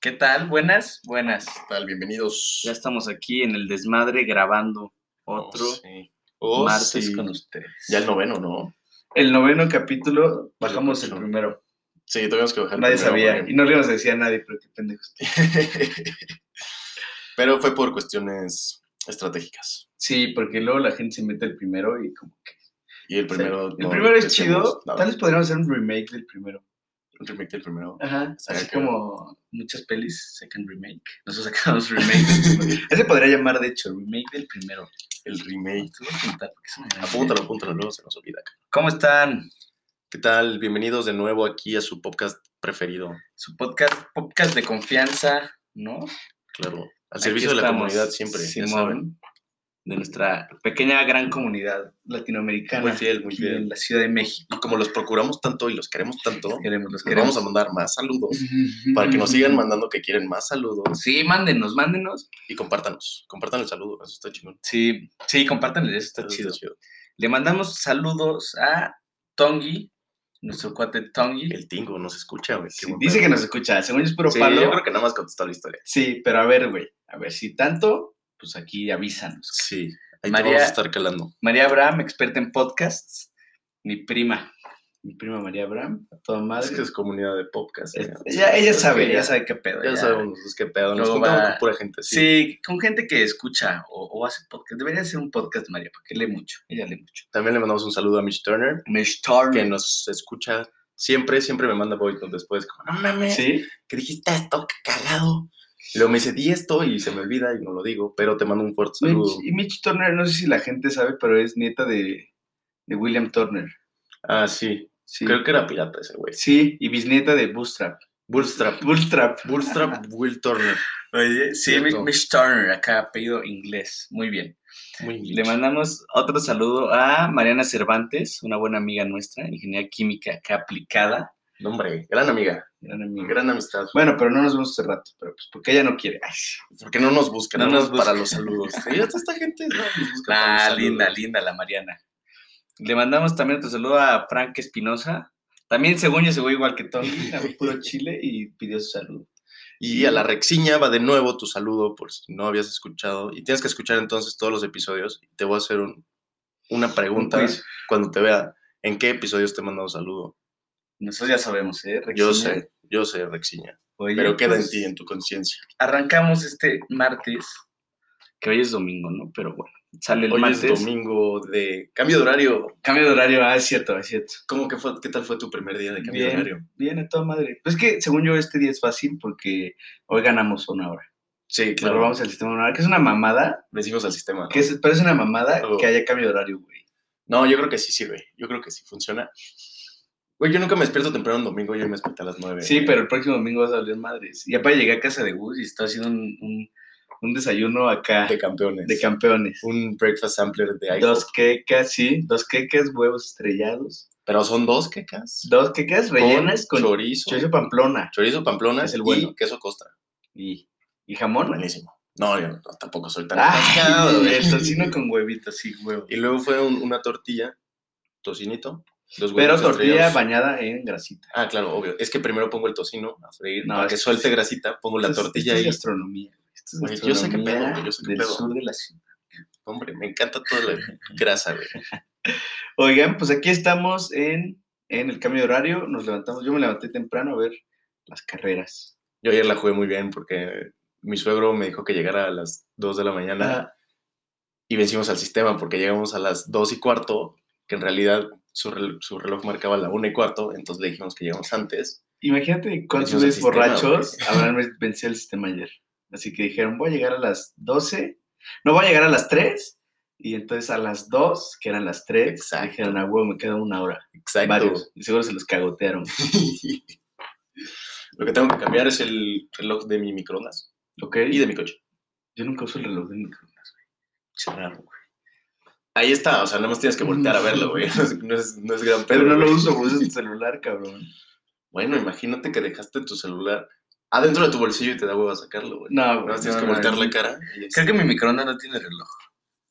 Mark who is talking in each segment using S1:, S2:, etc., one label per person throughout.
S1: ¿Qué tal? Buenas, buenas.
S2: ¿Qué tal? Bienvenidos.
S1: Ya estamos aquí en el desmadre grabando otro
S2: Oh, sí. Oh,
S1: martes
S2: sí.
S1: con ustedes.
S2: Ya el noveno, ¿no?
S1: El noveno capítulo, bajamos el
S2: capítulo.
S1: primero.
S2: Sí, tuvimos que bajar.
S1: Nadie
S2: primero,
S1: sabía
S2: porque-
S1: y no le íbamos a decir a nadie, pero qué pendejos.
S2: Pero fue por cuestiones estratégicas.
S1: Sí, porque luego la gente se mete el primero y como que...
S2: Y el
S1: o sea,
S2: primero.
S1: el
S2: no
S1: primero es
S2: decíamos
S1: chido,
S2: nada.
S1: tal vez podríamos hacer un remake del primero.
S2: El remake del primero.
S1: Ajá,
S2: Estaría
S1: así
S2: cabrón.
S1: como muchas pelis sacan remake. Nosotros sacamos remake del primero. Ese podría llamar, de hecho, remake del primero.
S2: El remake.
S1: Te voy a apuntar porque es una gran idea.
S2: Apúntalo, apúntalo, luego se nos olvida.
S1: ¿Cómo están?
S2: ¿Qué tal? Bienvenidos de nuevo aquí a su podcast preferido.
S1: su podcast, podcast de confianza, ¿no?
S2: Claro. Al
S1: Aquí
S2: servicio de la
S1: estamos,
S2: comunidad siempre. ya
S1: Simón,
S2: saben.
S1: de nuestra pequeña gran comunidad latinoamericana.
S2: Muy fiel, muy
S1: aquí
S2: fiel.
S1: En la Ciudad de México.
S2: Y como los procuramos tanto y los queremos tanto,
S1: Los queremos, los
S2: les
S1: queremos.
S2: vamos a mandar más saludos. Para que nos sigan mandando que quieren más saludos
S1: Sí, mándenos, mándenos.
S2: y compártanos. Compartan el saludo, eso está chingón.
S1: Sí, sí, compártanle, eso está
S2: Eso
S1: chido. Le mandamos saludos a Tongi, nuestro cuate Tongi.
S2: El tingo nos escucha, güey. qué
S1: Sí,
S2: buen
S1: dice
S2: pedo.
S1: que nos escucha, según yo es puro
S2: Sí,
S1: palo.
S2: yo creo que nada más contestó la historia.
S1: Sí, pero a ver, güey, a ver, si tanto, pues aquí avísanos.
S2: Sí, ahí te
S1: María-
S2: vamos a estar calando.
S1: María Abraham, experta en podcasts. Mi prima, mi prima María Abraham, a toda madre.
S2: Es que es comunidad de podcast.
S1: Este,
S2: ya.
S1: ya- ella
S2: Es
S1: sabe,
S2: que
S1: ya sabe qué pedo.
S2: Ya
S1: ya.
S2: sabemos, es que pedo. Nos
S1: Luego
S2: juntamos
S1: va-
S2: con pura gente, sí.
S1: Sí, con gente que escucha o, o hace podcast. Debería ser un podcast, María, porque lee mucho. Ella lee mucho.
S2: También le mandamos un saludo a Mitch Turner,
S1: Mish
S2: que nos escucha siempre, siempre me manda voice note después. Como, no mames,
S1: Sí,
S2: que dijiste esto, qué cagado. Y Luego me dice, di esto y se me olvida y no lo digo, pero te mando un fuerte saludo.
S1: Mitch- y Mitch Turner, no sé si la gente sabe, pero es nieta de, de William Turner.
S2: Ah, sí.
S1: Sí.
S2: Creo que era pirata ese güey.
S1: sí, y bisnieta de Bootstrap.
S2: Bullstrap.
S1: Bootstrap.
S2: Bullstrap Will Turner.
S1: Oye, sí,
S2: Cierto.
S1: Mitch Turner, acá apellido inglés. Muy bien.
S2: Muy
S1: Le mandamos otro saludo a Mariana Cervantes, una buena amiga nuestra, ingeniera química acá aplicada.
S2: No, hombre, gran amiga,
S1: Gran amiga.
S2: gran amistad.
S1: Bueno, pero no nos vemos hace rato, pero pues porque ella no quiere. Ay, sí.
S2: Porque no nos buscan,
S1: No
S2: no
S1: nos
S2: nos para
S1: buscan.
S2: los saludos. Y hasta esta gente no nos busca para los
S1: Ah,
S2: saludos.
S1: linda, linda la Mariana. Le mandamos también otro saludo a Frank Espinosa. También, según yo, se fue igual que Tony, a puro Chile y pidió su saludo.
S2: Y a la Rexiña va de nuevo tu saludo, por si no habías escuchado. Y tienes que escuchar entonces todos los episodios. Te voy a hacer un- una pregunta
S1: Un quiz.
S2: cuando te vea. ¿En qué episodios te he mandado saludo?
S1: Nosotros ya sabemos, ¿eh?
S2: Yo
S1: Rexiña?
S2: sé, yo sé, Rexiña.
S1: Oye,
S2: Pero queda en
S1: pues,
S2: ti, en tu conciencia.
S1: Arrancamos este martes, que hoy es domingo, ¿no? Pero bueno, sale el
S2: Hoy
S1: martes.
S2: es domingo de cambio de horario.
S1: Cambio de horario, ah, es cierto, es cierto.
S2: ¿Cómo que fue? ¿Qué tal fue tu primer día de cambio de
S1: Bien.
S2: horario?
S1: Bien, a toda madre. Pues es que según yo este día es fácil porque hoy ganamos una hora.
S2: Sí,
S1: Le robamos el sistema una hora, que es una mamada,
S2: Decimos al sistema. ¿no?
S1: que es, pero es una mamada
S2: Oh.
S1: que haya cambio de horario, güey.
S2: No, yo creo que sí sirve. Yo creo que sí funciona. Güey, yo nunca me despierto temprano un domingo, yo me despierto a las 9.
S1: Sí, pero el próximo domingo vas a valer madres. Y aparte llegué a casa de Gus y estaba haciendo un, un- un desayuno acá
S2: De
S1: de,
S2: campeones.
S1: campeones.
S2: un breakfast sampler de iPhone.
S1: Dos quecas, sí, dos quecas, huevos estrellados.
S2: Pero son dos quecas.
S1: Dos quecas rellenas con, chorizo
S2: chorizo. Chorizo,
S1: pamplona
S2: pamplona
S1: Es el bueno.
S2: y queso costra.
S1: y, y jamón.
S2: Buenísimo. No, yo no- tampoco soy tan atascado,
S1: Ay,
S2: güey.
S1: el tocino con huevitos, Ah, sí, huevo.
S2: Y luego fue un- una tortilla, tocinito, dos
S1: Pero
S2: huevitos
S1: tortilla
S2: estrellados.
S1: bañada en grasita.
S2: Ah, claro, obvio. Es que primero pongo el tocino a freír,
S1: No,
S2: para que
S1: es-
S2: suelte grasita, pongo la
S1: Esto es-
S2: tortilla
S1: esto
S2: ahí.
S1: es gastronomía. Esto es
S2: Güey, yo sé qué pedo,
S1: gastronomía
S2: güey, yo sé qué
S1: del
S2: pedo.
S1: sur de la ciudad.
S2: Hombre, me encanta toda la grasa, güey.
S1: Oigan, pues aquí estamos en, en el cambio de horario. Nos levantamos. Yo me levanté temprano a ver las carreras.
S2: Yo ayer la jugué muy bien porque mi suegro me dijo que llegara a las 2 de la mañana
S1: Ah,
S2: y vencimos al sistema porque llegamos a las 2 y cuarto, que en realidad su reloj, su reloj marcaba la 1 y cuarto, entonces le dijimos que llegamos antes.
S1: Imagínate cuántos
S2: Vencimos el
S1: veces
S2: sistema,
S1: borrachos habrán ven- vencido el sistema ayer. Así que dijeron, voy a llegar a las 12. No, voy a llegar a las 3. Y entonces a las 2, que eran las 3,
S2: Exacto.
S1: dijeron, a huevo, me queda una hora.
S2: Exacto.
S1: Varios. Y seguro se los cagotearon.
S2: Lo que tengo que cambiar es el reloj de mi microondas
S1: ¿Ok?
S2: y de mi coche.
S1: Yo nunca uso el reloj de microondas, güey. Chorrado, güey.
S2: Ahí está, o sea, nada más tienes que voltear a verlo, güey. No es, no es- no es gran pedo.
S1: Pero no lo
S2: güey.
S1: uso, uso el celular, cabrón.
S2: Bueno, imagínate que dejaste tu celular adentro de tu bolsillo y te da huevo a sacarlo, güey.
S1: No, güey,
S2: Nada más tienes
S1: no,
S2: que
S1: no,
S2: voltear
S1: no.
S2: la cara. y ya
S1: Creo que mi microondas no tiene reloj.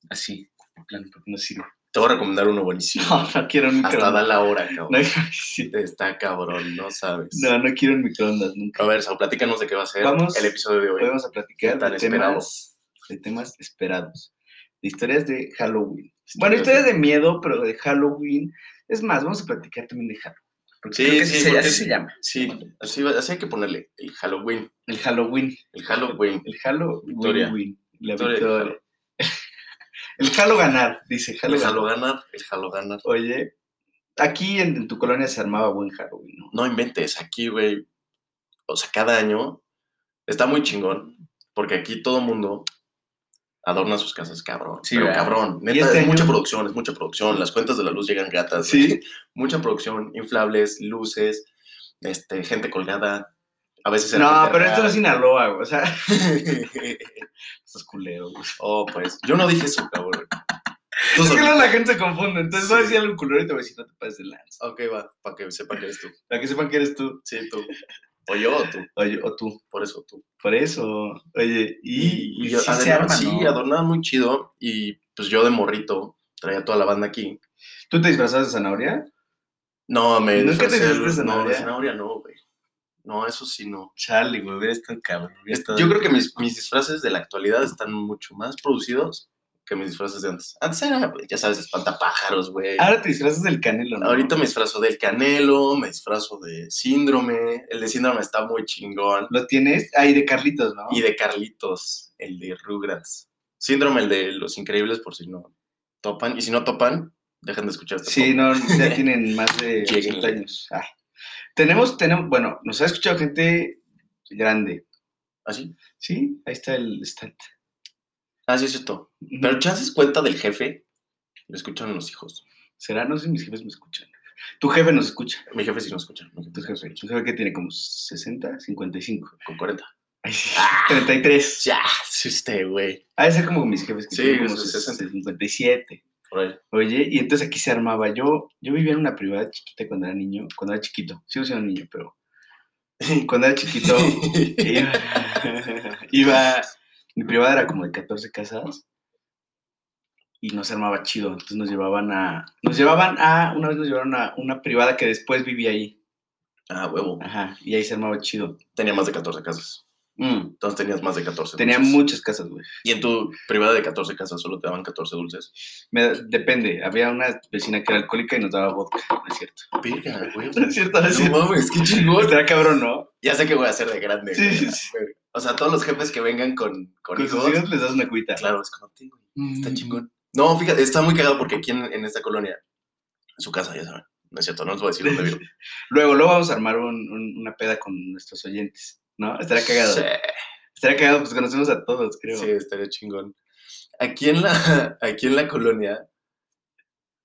S1: Así, en plan, porque no sirve.
S2: Te voy a recomendar uno buenísimo.
S1: No, no quiero un
S2: Hasta da
S1: microondas.
S2: la hora, cabrón.
S1: Ah, No, sí.
S2: Está cabrón, no sabes.
S1: No, no quiero un microondas nunca.
S2: A ver, Saúl, platícanos de qué va a ser
S1: Vamos.
S2: el episodio de hoy.
S1: Hoy vamos a platicar
S2: ¿Qué tan
S1: de
S2: esperado?
S1: temas, de temas esperados, de historias de Halloween.
S2: Este,
S1: Bueno, historias de miedo, pero de Halloween. Es más, vamos a platicar también de Halloween.
S2: Sí,
S1: Creo que
S2: sí,
S1: así se-
S2: porque
S1: así
S2: sí.
S1: se llama.
S2: Sí, así, va- así hay que ponerle el Halloween.
S1: El Halloween.
S2: El Halloween.
S1: El Halloween.
S2: Victoria.
S1: La
S2: Victoria,
S1: victoria.
S2: el Halo.
S1: El Halo ganar, dice Halo
S2: El
S1: ganar.
S2: Halo ganar. El Halo ganar.
S1: Oye, aquí en, en tu colonia se armaba buen Halloween, ¿no?
S2: No inventes, aquí, güey. O sea, cada año está muy chingón. Porque aquí todo mundo adorna sus casas, cabrón.
S1: Sí,
S2: pero
S1: ¿verdad?
S2: cabrón. Neta,
S1: este
S2: es
S1: año?
S2: mucha producción, es mucha producción. Las cuentas de la luz llegan gatas. güey.
S1: Sí.
S2: Mucha producción, inflables, luces, este, gente colgada. A veces en la
S1: No,
S2: gente
S1: pero esto no es
S2: real.
S1: Sinaloa, güey. O sea, estos culeros. güey.
S2: Oh, pues. Yo no dije eso, cabrón. Tú
S1: Es que
S2: solito.
S1: luego la gente se confunde. Entonces, voy a
S2: Sí.
S1: decir algo culero y te voy a decir, no te pases de lanza.
S2: Ok, va, para que sepa que eres tú.
S1: Para que sepan que eres tú.
S2: Sí, tú. O yo o tú.
S1: Oye, o tú.
S2: Por eso tú.
S1: Por eso. Oye, y, y
S2: yo-
S1: sí se
S2: además,
S1: arma,
S2: sí,
S1: ¿no?
S2: adornaba muy chido. Y pues yo de morrito traía toda la banda aquí.
S1: ¿Tú te disfrazas de zanahoria?
S2: No, me.
S1: ¿Nunca te
S2: disfracé de
S1: disfrazaste de
S2: No, de
S1: zanahoria?
S2: zanahoria no, güey. No, eso sí no.
S1: Chale, güey, hubiera estado cabrón. hubiera estado-
S2: Yo creo que mis, mis disfraces de la actualidad están mucho más producidos que mis disfraces de antes. Antes era, pues, ya sabes, espantapájaros, güey.
S1: Ahora te disfrazas del canelo, Ah, ¿no?
S2: Ahorita me disfrazo del canelo, me disfrazo de síndrome. El de síndrome está muy chingón.
S1: Lo tienes. Ahí de Carlitos, ¿no?
S2: Y de Carlitos, el de Rugrats. Síndrome el de los increíbles, por si no topan. Y si no topan, dejen de escuchar este
S1: Sí,
S2: podcast.
S1: no, ya tienen más de
S2: Lleguen.
S1: 80 años. Ah. Tenemos, tenemos, bueno, nos ha escuchado gente grande.
S2: ¿Ah, sí?
S1: Sí, ahí está el stat.
S2: Ah, sí, es cierto.
S1: Ujú.
S2: Pero chances cuenta del jefe, lo escuchan los hijos.
S1: Será, no sé si mis jefes me escuchan. Tu jefe nos escucha.
S2: Mi jefe sí no escucha. mi jefe
S1: Tu
S2: sí
S1: jefe,
S2: nos
S1: tu jefe que tiene como 60, 55.
S2: escucha, Con 40.
S1: Ay, sí, 33.
S2: Ya, sí, usted, güey.
S1: Ha de ser como mis jefes que
S2: Sí,
S1: tienen como
S2: esos
S1: 60,
S2: 60.
S1: 57.
S2: Por ahí.
S1: Oye, y entonces aquí se armaba. Yo, yo vivía en una privada chiquita cuando era niño, cuando era chiquito. Sigo siendo niño, pero cuando era chiquito iba, iba- mi privada era como de 14 casas y nos armaba chido. Entonces nos llevaban a, nos llevaban a, una vez nos llevaron a una privada que después vivía ahí.
S2: ah, huevo.
S1: Ajá, y ahí se armaba chido.
S2: Tenía más de 14 casas.
S1: Mm,
S2: Entonces tenías más de 14
S1: Tenía
S2: dulces.
S1: muchas casas, güey.
S2: Y en tu privada de 14 casas solo te daban 14 dulces.
S1: Me da- Depende, había una vecina que era alcohólica y nos daba vodka, no es cierto.
S2: Verga, güey.
S1: No es cierto, no es
S2: No
S1: cierto.
S2: mames, qué chingón.
S1: Estará cabrón, ¿no?
S2: Ya sé que voy a ser de grande.
S1: Sí,
S2: güey.
S1: sí, sí.
S2: O sea, todos los jefes que vengan con, con
S1: Con
S2: hijos.
S1: sus hijos les das una cuita.
S2: Claro, es como, "Tengo, está
S1: Mm.
S2: chingón. No, fíjate, está muy cagado porque aquí en, en esta colonia, en su casa, ya saben. No es cierto, no les voy a decir dónde vivo.
S1: Luego, luego vamos a armar un- un- una peda con nuestros oyentes, ¿no? Estará cagado.
S2: Sí,
S1: Estaría cagado, pues conocemos a todos, creo.
S2: sí, estaría chingón. Aquí en, la, aquí en la colonia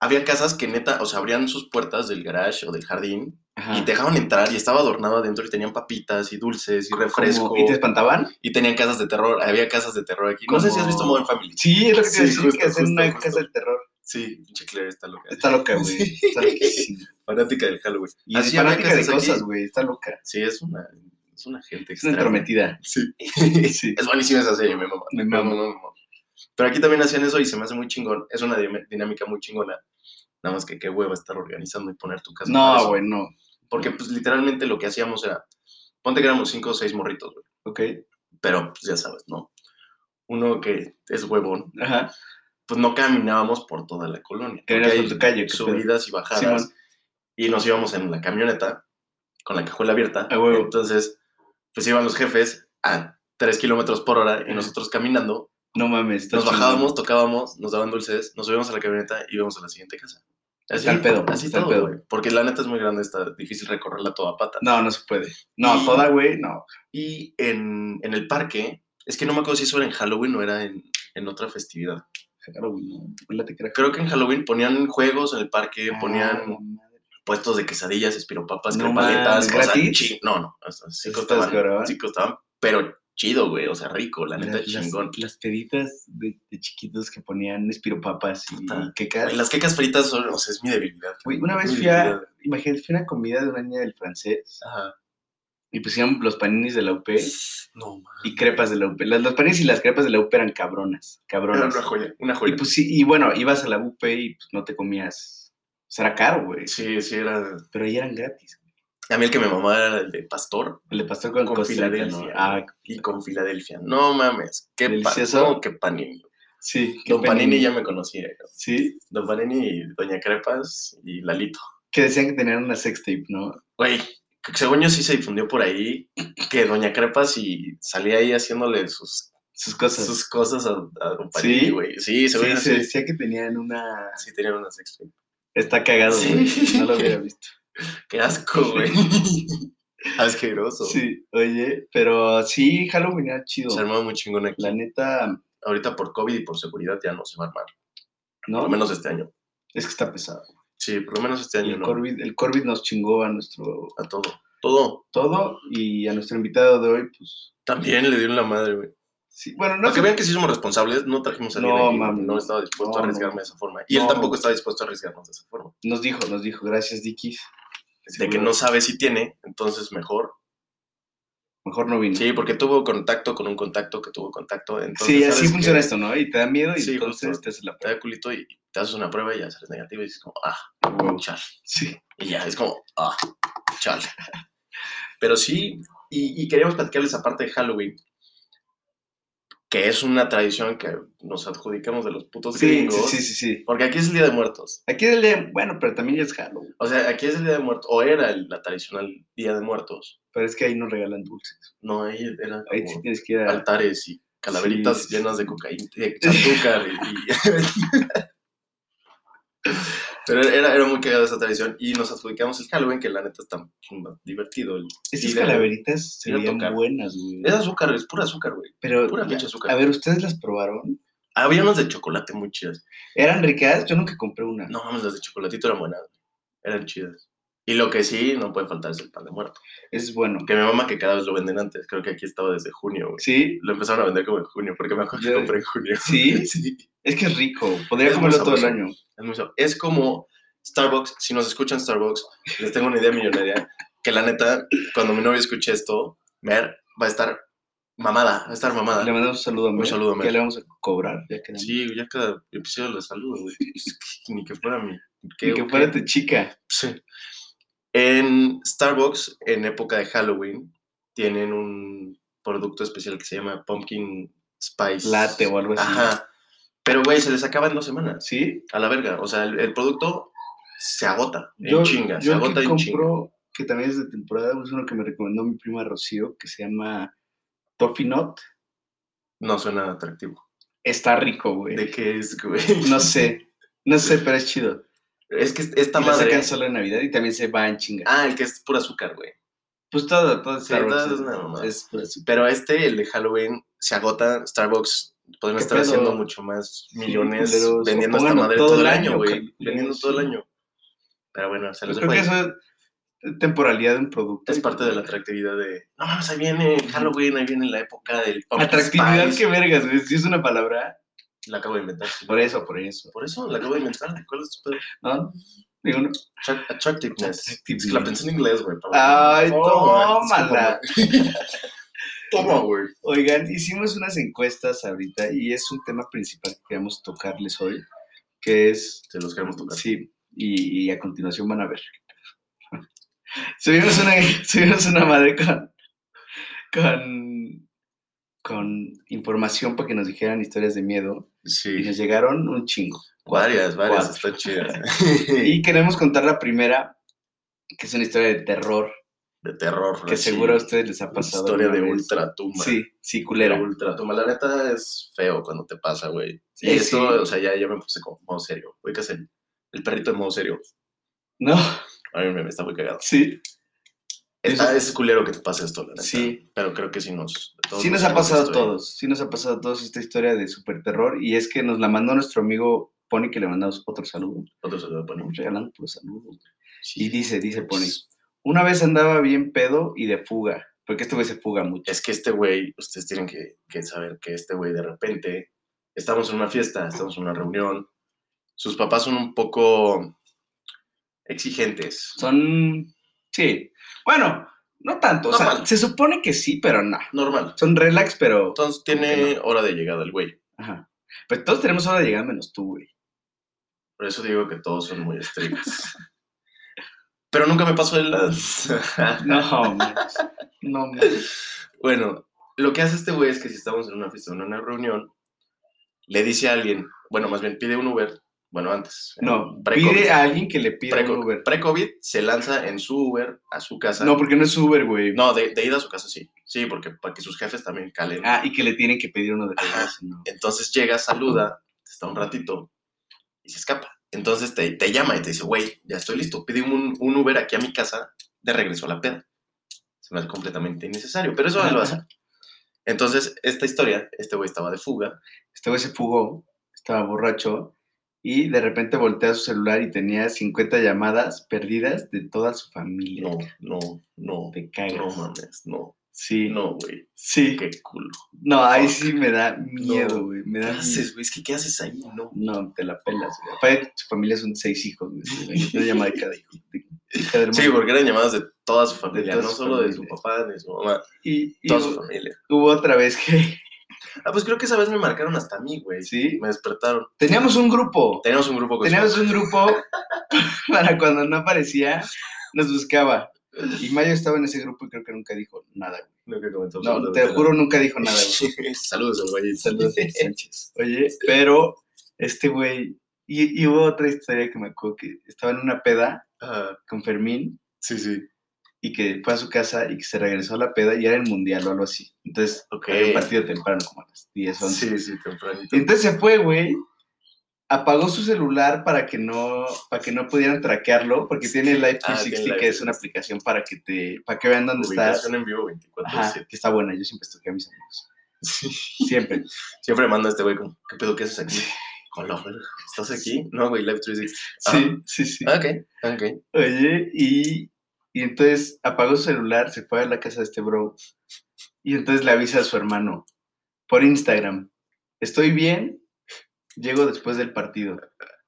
S2: había casas que neta, o sea, abrían sus puertas del garage o del jardín
S1: Ajá.
S2: y te dejaban entrar y estaba adornado adentro y tenían papitas y dulces y refresco.
S1: Ah, Como- ¿Y te espantaban?
S2: y tenían casas de terror, había casas de terror aquí. No sé si has visto
S1: Como-
S2: Modern Family.
S1: Sí, es lo que te
S2: Sí,
S1: iba a decir,
S2: justo,
S1: que hacen
S2: justo,
S1: una
S2: justo.
S1: casa del terror.
S2: Sí, pinche Claire está loca.
S1: Está loca, güey.
S2: Sí.
S1: Está loquísima.
S2: Fanática del Halloween.
S1: Y
S2: Así
S1: es
S2: había
S1: fanática de
S2: casas aquí.
S1: cosas, güey. Está loca.
S2: Sí, es una, es una gente
S1: Es una
S2: extraña.
S1: entrometida.
S2: Sí.
S1: Sí.
S2: Es buenísima esa serie, me mama.
S1: Me mama.
S2: mama. Pero aquí también hacían eso y se me hace muy chingón. Es una dinam- dinámica muy chingona. Nada más que qué hueva estar organizando y poner tu casa. para
S1: No,
S2: eso.
S1: güey, no.
S2: Porque pues literalmente lo que hacíamos era, ponte que éramos cinco o seis morritos, güey.
S1: Ok.
S2: Pero pues ya sabes, ¿no? Uno que es huevón,
S1: Ajá.
S2: pues no caminábamos por toda la colonia.
S1: Que venías
S2: porque
S1: por
S2: hay
S1: tu calle. qué pedo.
S2: Subidas y bajadas.
S1: Simón.
S2: y nos íbamos en la camioneta con la cajuela abierta.
S1: A huevo.
S2: Entonces, pues iban los jefes a 3 kilómetros por hora y
S1: Ajá.
S2: nosotros caminando.
S1: No mames. está
S2: Nos
S1: chingón.
S2: bajábamos, tocábamos, nos daban dulces, nos subíamos a la camioneta y íbamos a la siguiente casa. Así,
S1: Tal pedo,
S2: Así
S1: tal
S2: todo,
S1: pedo.
S2: güey. Porque la neta es muy grande, está difícil recorrerla toda a pata.
S1: No, no se puede. No,
S2: Y-
S1: toda, güey, no.
S2: Y en, en el parque, es que no me acuerdo si eso era en Halloween o era en, en otra festividad.
S1: Halloween, no. Acuérdate que era-
S2: Creo que en Halloween ponían juegos en el parque,
S1: Ah,
S2: ponían
S1: la madre.
S2: puestos de quesadillas, espiropapas,
S1: No
S2: crepaletas,
S1: mames,
S2: o sea,
S1: ¿gratis?
S2: chi- no, no, o sea, sí
S1: ¿Eso
S2: costaban,
S1: estás cabrón?
S2: sí costaban, pero chido, güey, o sea, rico, la neta,
S1: Las- las-
S2: chingón.
S1: Las peditas de, de chiquitos que ponían espiropapas y
S2: Puta.
S1: quecas.
S2: Güey, Las quecas fritas son, o sea, es mi debilidad.
S1: Güey, una vez
S2: mi
S1: fui a,
S2: debilidad.
S1: imagínate, fui a una comida de una niña del francés
S2: Ajá.
S1: Y pusieron los paninis de la UP
S2: No, man.
S1: y crepas de la UP. Las, los paninis y las crepas de la UP eran cabronas.
S2: Era
S1: Cabronas.
S2: una joya, una
S1: Y
S2: joya.
S1: pues sí, y bueno, ibas a la UP y pues, no te comías. O sea, era caro, güey.
S2: Sí, sí, era.
S1: Pero ahí eran gratis.
S2: A mí el que me mamaba era el de pastor
S1: El de pastor con,
S2: Con
S1: Costa Rica, ¿no?
S2: Filadelfia.
S1: Ah,
S2: y con Filadelfia. No mames, qué
S1: Delicioso.
S2: pastor, qué panini.
S1: sí. qué
S2: Don Panini
S1: penini.
S2: ya me conocía. ¿no?
S1: Sí.
S2: Don Panini y Doña Crepas y Lalito.
S1: Que decían que tenían una sextape, ¿no?
S2: Güey, que según yo sí se difundió por ahí que Doña Crepas y salía ahí haciéndole sus,
S1: Sus cosas.
S2: sus cosas a, a Don
S1: ¿Sí?
S2: Panini, güey. Sí,
S1: Sí,
S2: según yo
S1: se
S2: sí,
S1: decía que tenían una.
S2: sí tenían una sex tape.
S1: Está cagado,
S2: Sí.
S1: güey. No lo hubiera visto.
S2: Qué asco, güey. Ah, Asqueroso.
S1: Sí, oye, pero sí, Halloween era chido.
S2: Se armaba muy chingón aquí.
S1: La neta,
S2: Ahorita por COVID y por seguridad ya no se va a armar. Por
S1: ¿no?
S2: lo menos este año.
S1: Es que está pesado.
S2: Sí, por lo menos este año
S1: el,
S2: no.
S1: COVID, el COVID nos chingó a nuestro
S2: A todo. Todo.
S1: todo y a nuestro invitado de hoy, pues.
S2: También le dieron la madre, güey.
S1: Sí, bueno, no
S2: Para que
S1: sé.
S2: vean que sí somos responsables, no trajimos a
S1: No,
S2: alguien aquí,
S1: mami,
S2: no estaba dispuesto
S1: no,
S2: a
S1: no.
S2: arriesgarme de esa forma. Y él
S1: No.
S2: tampoco estaba dispuesto a arriesgarnos de esa forma.
S1: Nos dijo, nos dijo, gracias, Dikis.
S2: de que no sabe si tiene, entonces mejor.
S1: Mejor no vino. Sí,
S2: Sí, porque tuvo contacto con un contacto que tuvo contacto. Entonces, ¿sabes
S1: así
S2: qué?
S1: funciona esto, ¿no? Y te da miedo y
S2: Sí,
S1: entonces
S2: justo.
S1: te haces la
S2: Te da culito y te haces una prueba y ya sales negativo y dices como, ah,
S1: prueba.
S2: chale.
S1: Sí,
S2: Y ya, es como, ah, chale. Pero sí, y, y queríamos platicarles aparte de Halloween, que es una tradición que nos adjudicamos de los putos
S1: sí,
S2: gringos.
S1: sí, sí, sí.
S2: Porque aquí es el Día de Muertos.
S1: Aquí es el día, bueno, pero también ya es Halloween.
S2: O sea, aquí es el Día de Muertos, o era el- la tradicional Día de Muertos.
S1: Pero es que ahí no regalan dulces.
S2: No, ahí era
S1: Ahí
S2: como-
S1: sí tienes que ir a...
S2: altares y calaveritas
S1: Sí, sí,
S2: llenas de cocaína, de azúcar y... y- Pero era, era muy cagada esa tradición y nos adjudicamos el Halloween, que la neta está chimba, divertido. el-
S1: Estas
S2: ir a-
S1: calaveritas se
S2: ir a
S1: veían
S2: tocar.
S1: buenas, güey.
S2: Es azúcar, es pura azúcar, güey.
S1: Pero,
S2: Pura pinche azúcar.
S1: a ver, ¿ustedes las probaron?
S2: Había unas de chocolate muy chidas.
S1: ¿Eran ricas? Yo nunca compré una.
S2: No mames, las de chocolatito eran buenas, güey. eran chidas. Y lo que sí no puede faltar es el pan de muerto.
S1: Es bueno.
S2: Que mi mamá que cada vez lo venden antes, creo que aquí estaba desde junio, güey.
S1: ¿Sí?
S2: Lo empezaron a vender como en junio, porque me acuerdo que
S1: Ya.
S2: compré en junio.
S1: ¿Sí?
S2: sí.
S1: Es que es rico. Podría
S2: Es muy
S1: comerlo todo el
S2: sabroso.
S1: año.
S2: Es, muy sab- es como Starbucks, si nos escuchan Starbucks, les tengo una idea millonaria, que la neta, cuando mi novia escuche esto, Mer va a estar mamada, va a estar mamada.
S1: Le mandamos un saludo a Mer.
S2: saludo a Mer.
S1: Ya le vamos a cobrar. Ya que
S2: Sí, ya cada episodio le saludo, güey. Ni que fuera mi...
S1: Y que
S2: qué-
S1: fuera tu chica.
S2: Sí. En Starbucks, en época de Halloween, tienen un producto especial que se llama Pumpkin Spice.
S1: Late o algo así.
S2: Ajá. Pero, güey, se les acaba en dos semanas.
S1: ¿Sí?
S2: a la verga. O sea, el, el producto se agota en
S1: Yo,
S2: chinga, se
S1: yo el
S2: agota
S1: que
S2: en chinga.
S1: compro, que también es de temporada, es uno que me recomendó mi prima Rocío, que se llama Toffee Nut.
S2: No suena atractivo.
S1: Está rico, güey.
S2: ¿De qué es, güey?
S1: No sé. No sé, pero es chido.
S2: Es que esta
S1: y la
S2: madre.
S1: sacan solo en Navidad y también se va en chinga.
S2: Ah, el que es pura azúcar, güey.
S1: Pues todo, todo
S2: Sí,
S1: Starbucks es-
S2: todo
S1: Pues
S2: es pues, una mamada.
S1: es pura azúcar.
S2: Pero este, el de Halloween, se agota. Starbucks podrían
S1: ¿Qué
S2: estar
S1: pedo?
S2: haciendo mucho más millones
S1: culeros,
S2: vendiendo esta
S1: pónganlo
S2: madre
S1: todo
S2: todo el
S1: el
S2: año,
S1: año,
S2: güey.
S1: cabrón,
S2: Vendiendo
S1: sí.
S2: todo el año. Pero bueno, se
S1: Yo
S2: los
S1: creo
S2: dejo
S1: que
S2: ahí.
S1: eso es temporalidad de un producto.
S2: Es parte de la atractividad de. No mames, ahí viene Halloween, ahí viene la época del. pumpkin
S1: Atractividad,
S2: spice".
S1: que vergas, güey. Si es una palabra.
S2: La acabo de inventar.
S1: Por eso, por eso.
S2: Por eso la acabo de inventar. ¿Cuál es tu pedo?
S1: ¿No? Digo, no.
S2: Attract- Attractiveness.
S1: Attractiveness.
S2: Es que la pensé en inglés, güey. perdón.
S1: Ay,
S2: Toma,
S1: tómala.
S2: Toma, güey.
S1: Oigan, hicimos unas encuestas ahorita y es un tema principal que queríamos tocarles hoy, que es,
S2: Se los queremos tocar.
S1: sí, y, y a continuación van a ver. Subimos una, subimos una madre con, con, con información para que nos dijeran historias de miedo y
S2: Sí.
S1: nos llegaron un chingo.
S2: Varias, varias.
S1: Cuatro.
S2: Están chidas.
S1: Y queremos contar la primera, que es una historia de terror,
S2: De terror.
S1: que
S2: así,
S1: seguro a ustedes les ha pasado.
S2: Ah, Historia de
S1: alguna vez.
S2: ultratumba.
S1: Sí, sí,
S2: De
S1: culera.
S2: ultratumba. La neta es feo cuando te pasa, güey. Y
S1: Sí,
S2: eh, esto,
S1: Eh, sí.
S2: o sea, ya, ya me puse como modo serio. Voy a hacer el perrito en modo serio.
S1: No,
S2: A mí me, me está muy cagado.
S1: sí.
S2: Está, es culero que te pase esto, la neta.
S1: Sí.
S2: Pero creo que sí nos. a todos
S1: Sí nos ha pasado a
S2: historia.
S1: todos, sí nos ha pasado a todos esta historia de super terror y es que nos la mandó nuestro amigo Pony que le mandamos otro saludo,
S2: Otro se lo
S1: Estamos
S2: ponemos.
S1: regalando puros saludos.
S2: Sí. pues.
S1: Y dice, dice Pony, una vez andaba bien pedo y de fuga, porque este güey se fuga mucho.
S2: es que este güey, ustedes tienen que, que saber que este güey de repente, estamos en una fiesta, estamos en una reunión, sus papás son un poco exigentes.
S1: Son, sí, bueno, No tanto, o sea,
S2: Normal.
S1: se supone que sí, pero no.
S2: Normal.
S1: Son relax, pero.
S2: Entonces
S1: Como que
S2: tiene hora de llegada el güey.
S1: Ajá. Pero todos tenemos hora de llegar menos tú, güey.
S2: Por eso digo que todos son muy estrictos. Pero nunca me pasó de las.
S1: No, mames. No, mames.
S2: Bueno, lo que hace este güey es que si estamos en una fiesta o en una reunión, le dice a alguien, bueno, más bien pide un Uber, bueno, antes. en
S1: No,
S2: pre-COVID.
S1: pide a alguien que le pida
S2: Pre-
S1: un Uber.
S2: Pre-COVID se lanza en su Uber a su casa.
S1: No, porque no es Uber, güey.
S2: No, de, de ida a su casa sí. Sí, porque para que sus jefes también calen.
S1: Ah, y que le tienen que pedir uno de
S2: Ajá.
S1: regreso, no.
S2: Entonces llega, saluda, está un ratito y se escapa. Entonces te, te llama y te dice, güey, ya estoy listo, pide un, un Uber aquí a mi casa de regreso a la peda. Se me hace completamente innecesario, pero eso él lo hace. Entonces, esta historia, este güey estaba de fuga,
S1: Este güey se fugó, estaba borracho y de repente voltea su celular y tenía 50 llamadas perdidas de toda su familia.
S2: no, no, no,
S1: Te cagas.
S2: no mames, no,
S1: sí,
S2: no, güey,
S1: sí.
S2: qué culo.
S1: No, ahí
S2: Fuck.
S1: sí me da miedo, güey. Me
S2: ¿Qué
S1: da miedo.
S2: haces, güey? Es que ¿qué haces ahí? No.
S1: No, te la pelas, güey. Aparte, su familia son seis hijos, güey. Una llamada de cada hijo. de- de cada hermano.
S2: Sí, porque eran llamadas de toda su familia,
S1: toda
S2: no
S1: su
S2: solo de su
S1: familia.
S2: papá, de su mamá,
S1: Y, y
S2: toda su
S1: hubo,
S2: familia.
S1: hubo otra vez que.
S2: Ah, pues creo que esa vez me marcaron hasta a mí, güey.
S1: Sí.
S2: Me despertaron.
S1: Teníamos un grupo.
S2: Teníamos un grupo que
S1: Teníamos un grupo para cuando no aparecía, nos buscaba. Y Mayo estaba en ese grupo y creo que nunca dijo nada. güey.
S2: No, que comentó
S1: No, te
S2: absolutamente
S1: juro, nunca dijo
S2: nada.
S1: nada, güey.
S2: Saludos al güey.
S1: Saludos, Sánchez. Oye, pero este güey. Y, y hubo otra historia que me acuerdo que estaba en una peda
S2: Ah,
S1: con Fermín
S2: sí, sí.
S1: y que fue a su casa y que se regresó a la peda y era el mundial o algo así. Entonces,
S2: Ok.
S1: había un partido temprano, como a las 10, 11.
S2: Sí, sí, tempranito.
S1: Y entonces se fue, güey. Apagó su celular para que no, para que no pudieran traquearlo, porque tiene Live
S2: Ah, tiene
S1: 360,
S2: Live
S1: que es una aplicación para que te, para que vean dónde estás.
S2: Ubicación en vivo
S1: Ajá,
S2: 24-7.
S1: que está buena, yo siempre estoy a mis amigos.
S2: Sí.
S1: Siempre.
S2: Siempre manda este güey como, ¿qué pedo que haces aquí? Con la verga. ¿Estás aquí? No, güey, Live 360.
S1: Sí, sí, sí.
S2: Ah, ok, ok.
S1: Oye, y, y entonces apagó su celular, se fue a la casa de este bro. Y entonces le avisa a su hermano por Instagram. Estoy bien, llego después del partido.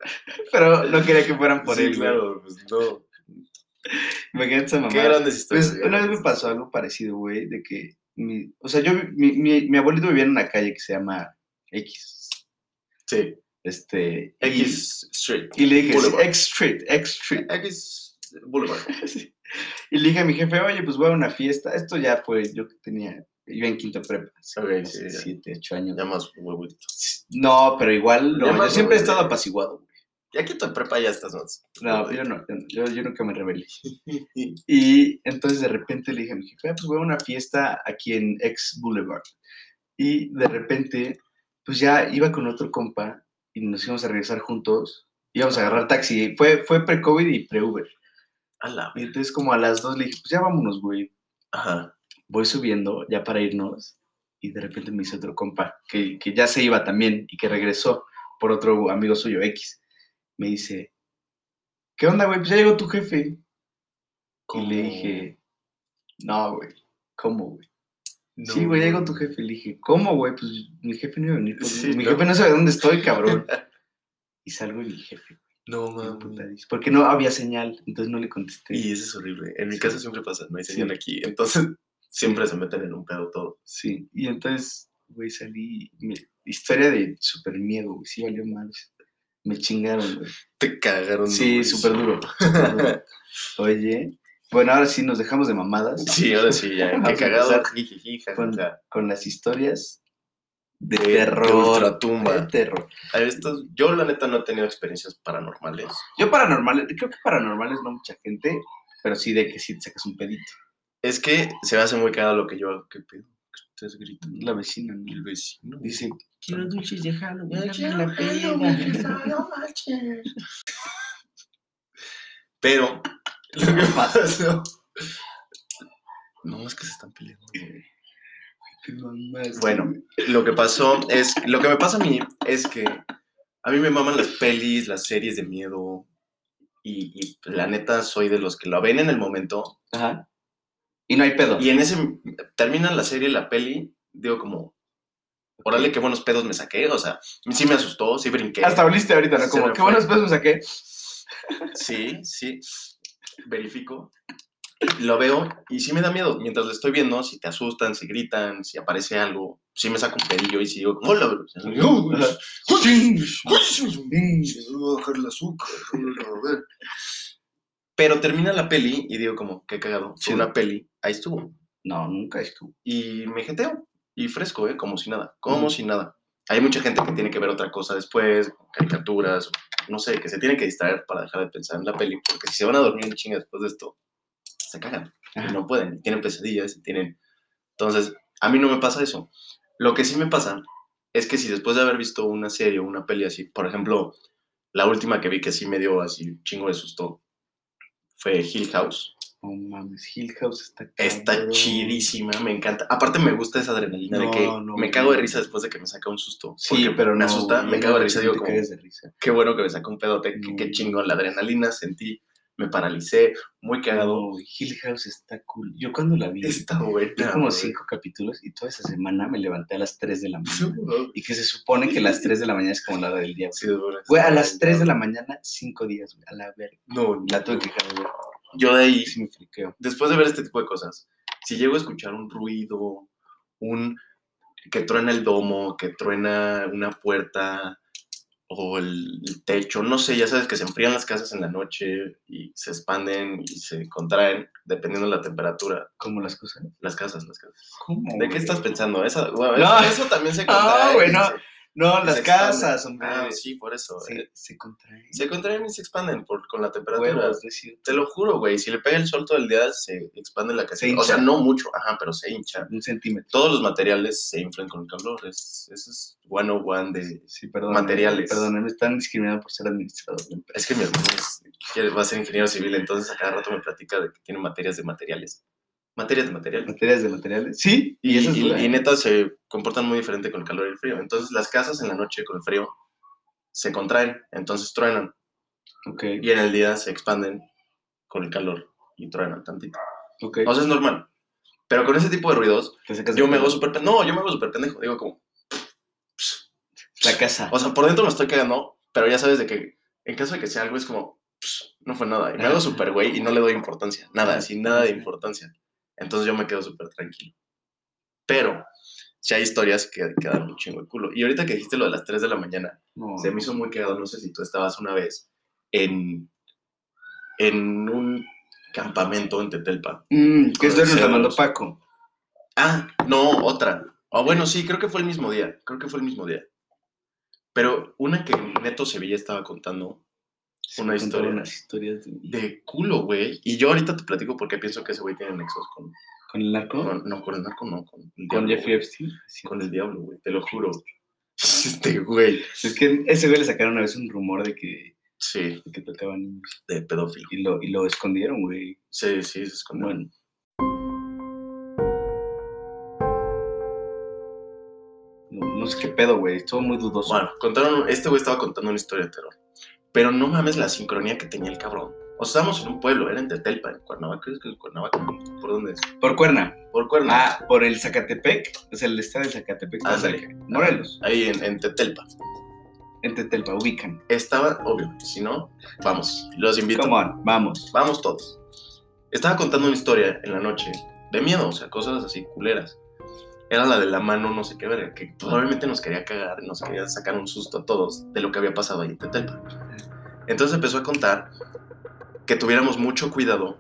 S1: Pero no quería que fueran por
S2: sí,
S1: él, güey.
S2: claro, pues no.
S1: Imagínate esa
S2: Qué
S1: mamada.
S2: grandes historias.
S1: Pues
S2: güey.
S1: una vez me pasó algo parecido, güey, de que, mi- o sea, yo, vi- mi, mi, mi abuelito vivía en una calle que se llama X,
S2: Sí,
S1: este, y-
S2: X Street.
S1: Y, le dije,
S2: Boulevard.
S1: X Street, X Street.
S2: X Boulevard.
S1: Sí. Y le dije a mi jefe, oye, pues voy a una fiesta. Esto ya fue, yo que tenía, iba en quinto prepa, así
S2: Ok,
S1: como
S2: sí,
S1: hace
S2: ya.
S1: siete, ocho años.
S2: Ya más huevito.
S1: No, pero igual, no,
S2: Ya
S1: yo
S2: más
S1: siempre he
S2: rebelde.
S1: estado apaciguado. güey.
S2: Ya que tu prepa ya estás más.
S1: No,
S2: huevudito.
S1: yo no, yo no, yo, yo nunca me rebelé. Y entonces de repente le dije a mi jefe, "Ah, pues voy a una fiesta aquí en X Boulevard. Y de repente, pues ya iba con otro compa y nos íbamos a regresar juntos. Íbamos a agarrar taxi. Fue, fue pre-COVID y pre-Uber.
S2: A la
S1: Y entonces como a las dos le dije, pues ya vámonos, güey.
S2: Ajá.
S1: Voy subiendo ya para irnos. Y de repente me dice otro compa que, que ya se iba también y que regresó por otro amigo suyo, X. Me dice, ¿qué onda, güey? Pues ya llegó tu jefe. Y le dije, no, güey, ¿cómo, güey? sí, güey, llegó tu jefe. Le dije, ¿cómo, güey? Pues mi jefe no iba a venir. por mí.
S2: Sí,
S1: mi
S2: no.
S1: jefe no sabe dónde estoy, cabrón. y salgo y mi jefe,
S2: No
S1: güey,
S2: mames.
S1: emputadísimo, porque no había señal, entonces no le contesté.
S2: Y eso es horrible. En mi
S1: Sí.
S2: casa siempre pasa, no hay
S1: Sí.
S2: señal aquí. Entonces, siempre se meten en un pedo todo.
S1: Sí, y entonces, güey, salí. y me- historia de súper miedo, güey, sí valió mal. Me chingaron, güey.
S2: Te cagaron.
S1: Sí,
S2: durísimo.
S1: súper duro. súper duro. Oye, bueno, ahora sí nos dejamos de mamadas
S2: Sí, ahora sí, ya.
S1: Vamos a
S2: Qué cagado.
S1: empezar
S2: Jijiji,
S1: con,
S2: jajaja.
S1: con las historias de,
S2: De- de
S1: terror.
S2: ultratumba.
S1: de terror.
S2: A estos- yo, la neta, no he tenido experiencias paranormales.
S1: Yo paranormales, creo que paranormales no mucha gente, pero sí de que sí te sacas un pedito.
S2: Es que se me hace muy cagado lo que yo hago. ¿Qué pedo? Ustedes gritan.
S1: La vecina, ¿no?
S2: El vecino.
S1: Dice, quiero dulces de Halloween,
S2: Ay,
S1: dame la
S2: no
S1: peda".
S2: manches, ay, no manches. Pero, lo que pasó. No, es que se están peleando. güey.
S1: Qué mamás,
S2: Bueno,
S1: güey.
S2: Lo que pasó es. Lo que me pasa a mí es que a mí me maman las pelis, las series de miedo. Y, y la neta soy de los que la ven en el momento.
S1: Ajá. Y no hay pedo.
S2: Y en ese. Termina la serie, la peli. Digo, como. Órale, qué buenos pedos me saqué. O sea, sí me asustó, sí brinqué.
S1: Hasta oliste ahorita, ¿no?
S2: Se
S1: Como,
S2: me
S1: qué
S2: fue.
S1: buenos pesos me saqué.
S2: Sí, sí. Verifico. Lo veo y sí me da miedo. Mientras lo estoy viendo, si te asustan, si gritan, si aparece algo, sí me saco un pedillo y si digo, como, hola, bro.
S1: Voy a bajar el azúcar.
S2: Pero termina la peli y digo como, qué cagado.
S1: Sí.
S2: Fue una peli, ahí estuvo.
S1: No, nunca estuvo.
S2: Y me jeteo. Y fresco, ¿eh? Como si nada. Como
S1: Ujú.
S2: si nada. Hay mucha gente que tiene que ver otra cosa después, caricaturas, no sé, que se tiene que distraer para dejar de pensar en la peli. Porque si se van a dormir en chinga después de esto, se cagan.
S1: Ajá.
S2: Y no pueden. y Tienen pesadillas y tienen... Entonces, a mí no me pasa eso. Lo que sí me pasa es que si después de haber visto una serie o una peli así, por ejemplo, la última que vi que sí me dio así un chingo de susto fue Hill House.
S1: No mames, Hill House está
S2: Está
S1: cabrón.
S2: chidísima, me encanta. Aparte me gusta esa adrenalina de que
S1: No, no,
S2: me cago de
S1: no.
S2: risa después de que me saca un susto.
S1: Sí,
S2: Porque
S1: pero
S2: me
S1: no,
S2: asusta,
S1: no,
S2: me cago de
S1: no,
S2: risa,
S1: no
S2: digo
S1: te
S2: como,
S1: cagues de risa.
S2: qué bueno que me saca un pedote, que-
S1: No.
S2: qué chingón, la adrenalina sentí, me paralicé, muy cagado.
S1: No, Hill House está cool. Yo cuando la vi,
S2: Está buena.
S1: vi como
S2: güey.
S1: cinco capítulos y toda esa semana me levanté a las 3 de la mañana.
S2: No,
S1: Y que se supone que las 3 de la mañana es como la hora del día.
S2: sí, es buena,
S1: Güey, a
S2: está
S1: las
S2: buena.
S1: 3 de la mañana, 5 días, güey, a la verga.
S2: No,
S1: La tuve que dejar de ver.
S2: Yo de ahí,
S1: Y sí me friqueo.
S2: después de ver este tipo de cosas, si llego a escuchar un ruido, un que truena el domo, que truena una puerta o el, el techo, no sé, ya sabes que se enfrían las casas en la noche y se expanden y se contraen dependiendo de la temperatura,
S1: ¿Cómo las cosas?
S2: las casas, las casas.
S1: ¿Cómo?
S2: ¿De qué
S1: güey?
S2: estás pensando? Esa- bueno,
S1: No.
S2: eso, eso también se
S1: No,
S2: contrae.
S1: güey,
S2: y
S1: no.
S2: se-
S1: No,
S2: y
S1: las
S2: se expande.
S1: casas, hombre.
S2: Ah, sí, por eso.
S1: se,
S2: eh.
S1: se contraen.
S2: Se contraen y se expanden por, con la temperatura.
S1: Huevos, decir.
S2: Te lo juro, güey, si le pega el sol todo el día se expande la casa.
S1: Se
S2: O
S1: hincha.
S2: sea, no mucho, ajá, pero se hincha.
S1: Un centímetro.
S2: Todos los materiales se inflan con el calor. Es, eso es 101 de...
S1: Sí, perdón.
S2: Materiales.
S1: Perdón, me están discriminando por ser administrador de empresa.
S2: Es que mi hermano es- que va a ser ingeniero civil, entonces a cada rato me platica de que tiene materias de materiales. Materias de materiales.
S1: ¿Materias de materiales? Sí,
S2: Y,
S1: y, eso es
S2: y-
S1: dura.
S2: y neta se comportan muy diferente con el calor y el frío. Entonces las casas en la noche con el frío se contraen, entonces truenan.
S1: Ok,
S2: Y en el día se expanden con el calor y truenan tantito.
S1: ok.
S2: O sea, es normal. Pero con ese tipo de ruidos,
S1: Te sacas
S2: Yo
S1: de
S2: me hago
S1: pedo.
S2: súper pendejo. No, yo me hago súper pendejo. Digo como,
S1: La casa.
S2: o sea, por dentro me estoy cagando, pero ya sabes de que en caso de que sea algo es como, "Pss, no fue nada. Y me hago súper güey y no le doy importancia. Nada, sin nada de importancia. Entonces yo me quedo súper tranquilo. Pero si hay historias que, que dan un chingo de culo. Y ahorita que dijiste lo de las 3 de la mañana,
S1: No,
S2: se me hizo muy cagado. No sé si tú estabas una vez en, en un campamento en Tetelpa.
S1: Mm, que esto nos la mandó
S2: Cerdos.
S1: Paco.
S2: Ah, no, otra. Ah, bueno, sí, creo que fue el mismo día. Creo que fue el mismo día. Pero una que Neto Sevilla estaba contando
S1: Se
S2: Una
S1: me contaron
S2: historia.
S1: unas historias de-
S2: de culo, güey. Y yo ahorita te platico porque pienso que ese güey tiene nexos con.
S1: ¿Con el narco?
S2: con- no, con el narco, no. Con, el
S1: ¿Con
S2: diablo,
S1: Jeffrey
S2: güey.
S1: Epstein? Sí.
S2: Con el diablo, güey. Te lo juro. Este güey.
S1: Es que ese güey le sacaron una vez un rumor de que,
S2: Sí,
S1: de que tocaban niños
S2: de pedófilo.
S1: y lo, y lo escondieron, güey.
S2: Sí, sí, se escondió.
S1: Bueno. No, no sé qué pedo, güey. Estuvo muy dudoso.
S2: Bueno, contaron, este güey estaba contando una historia de terror. Pero no mames la sincronía que tenía el cabrón. O sea, estábamos en un pueblo, era en Tetelpa, en Cuernavaca, creo que en Cuernavaca. ¿Por dónde es?
S1: Por Cuerna.
S2: Por Cuernavaca.
S1: Ah, por el Zacatepec. O sea, el estado de Zacatepec está
S2: Ándale.
S1: cerca. Morelos.
S2: ahí en, en Tetelpa.
S1: En Tetelpa, ubican.
S2: Estaba, obvio, si no, vamos, los invito.
S1: Come on, vamos.
S2: Vamos todos. Estaba contando una historia en la noche de miedo, o sea, cosas así culeras. Era la de la mano, no sé qué verga, que probablemente nos quería cagar, nos quería sacar un susto a todos de lo que había pasado ahí en Tetelpa. Entonces empezó a contar que tuviéramos mucho cuidado,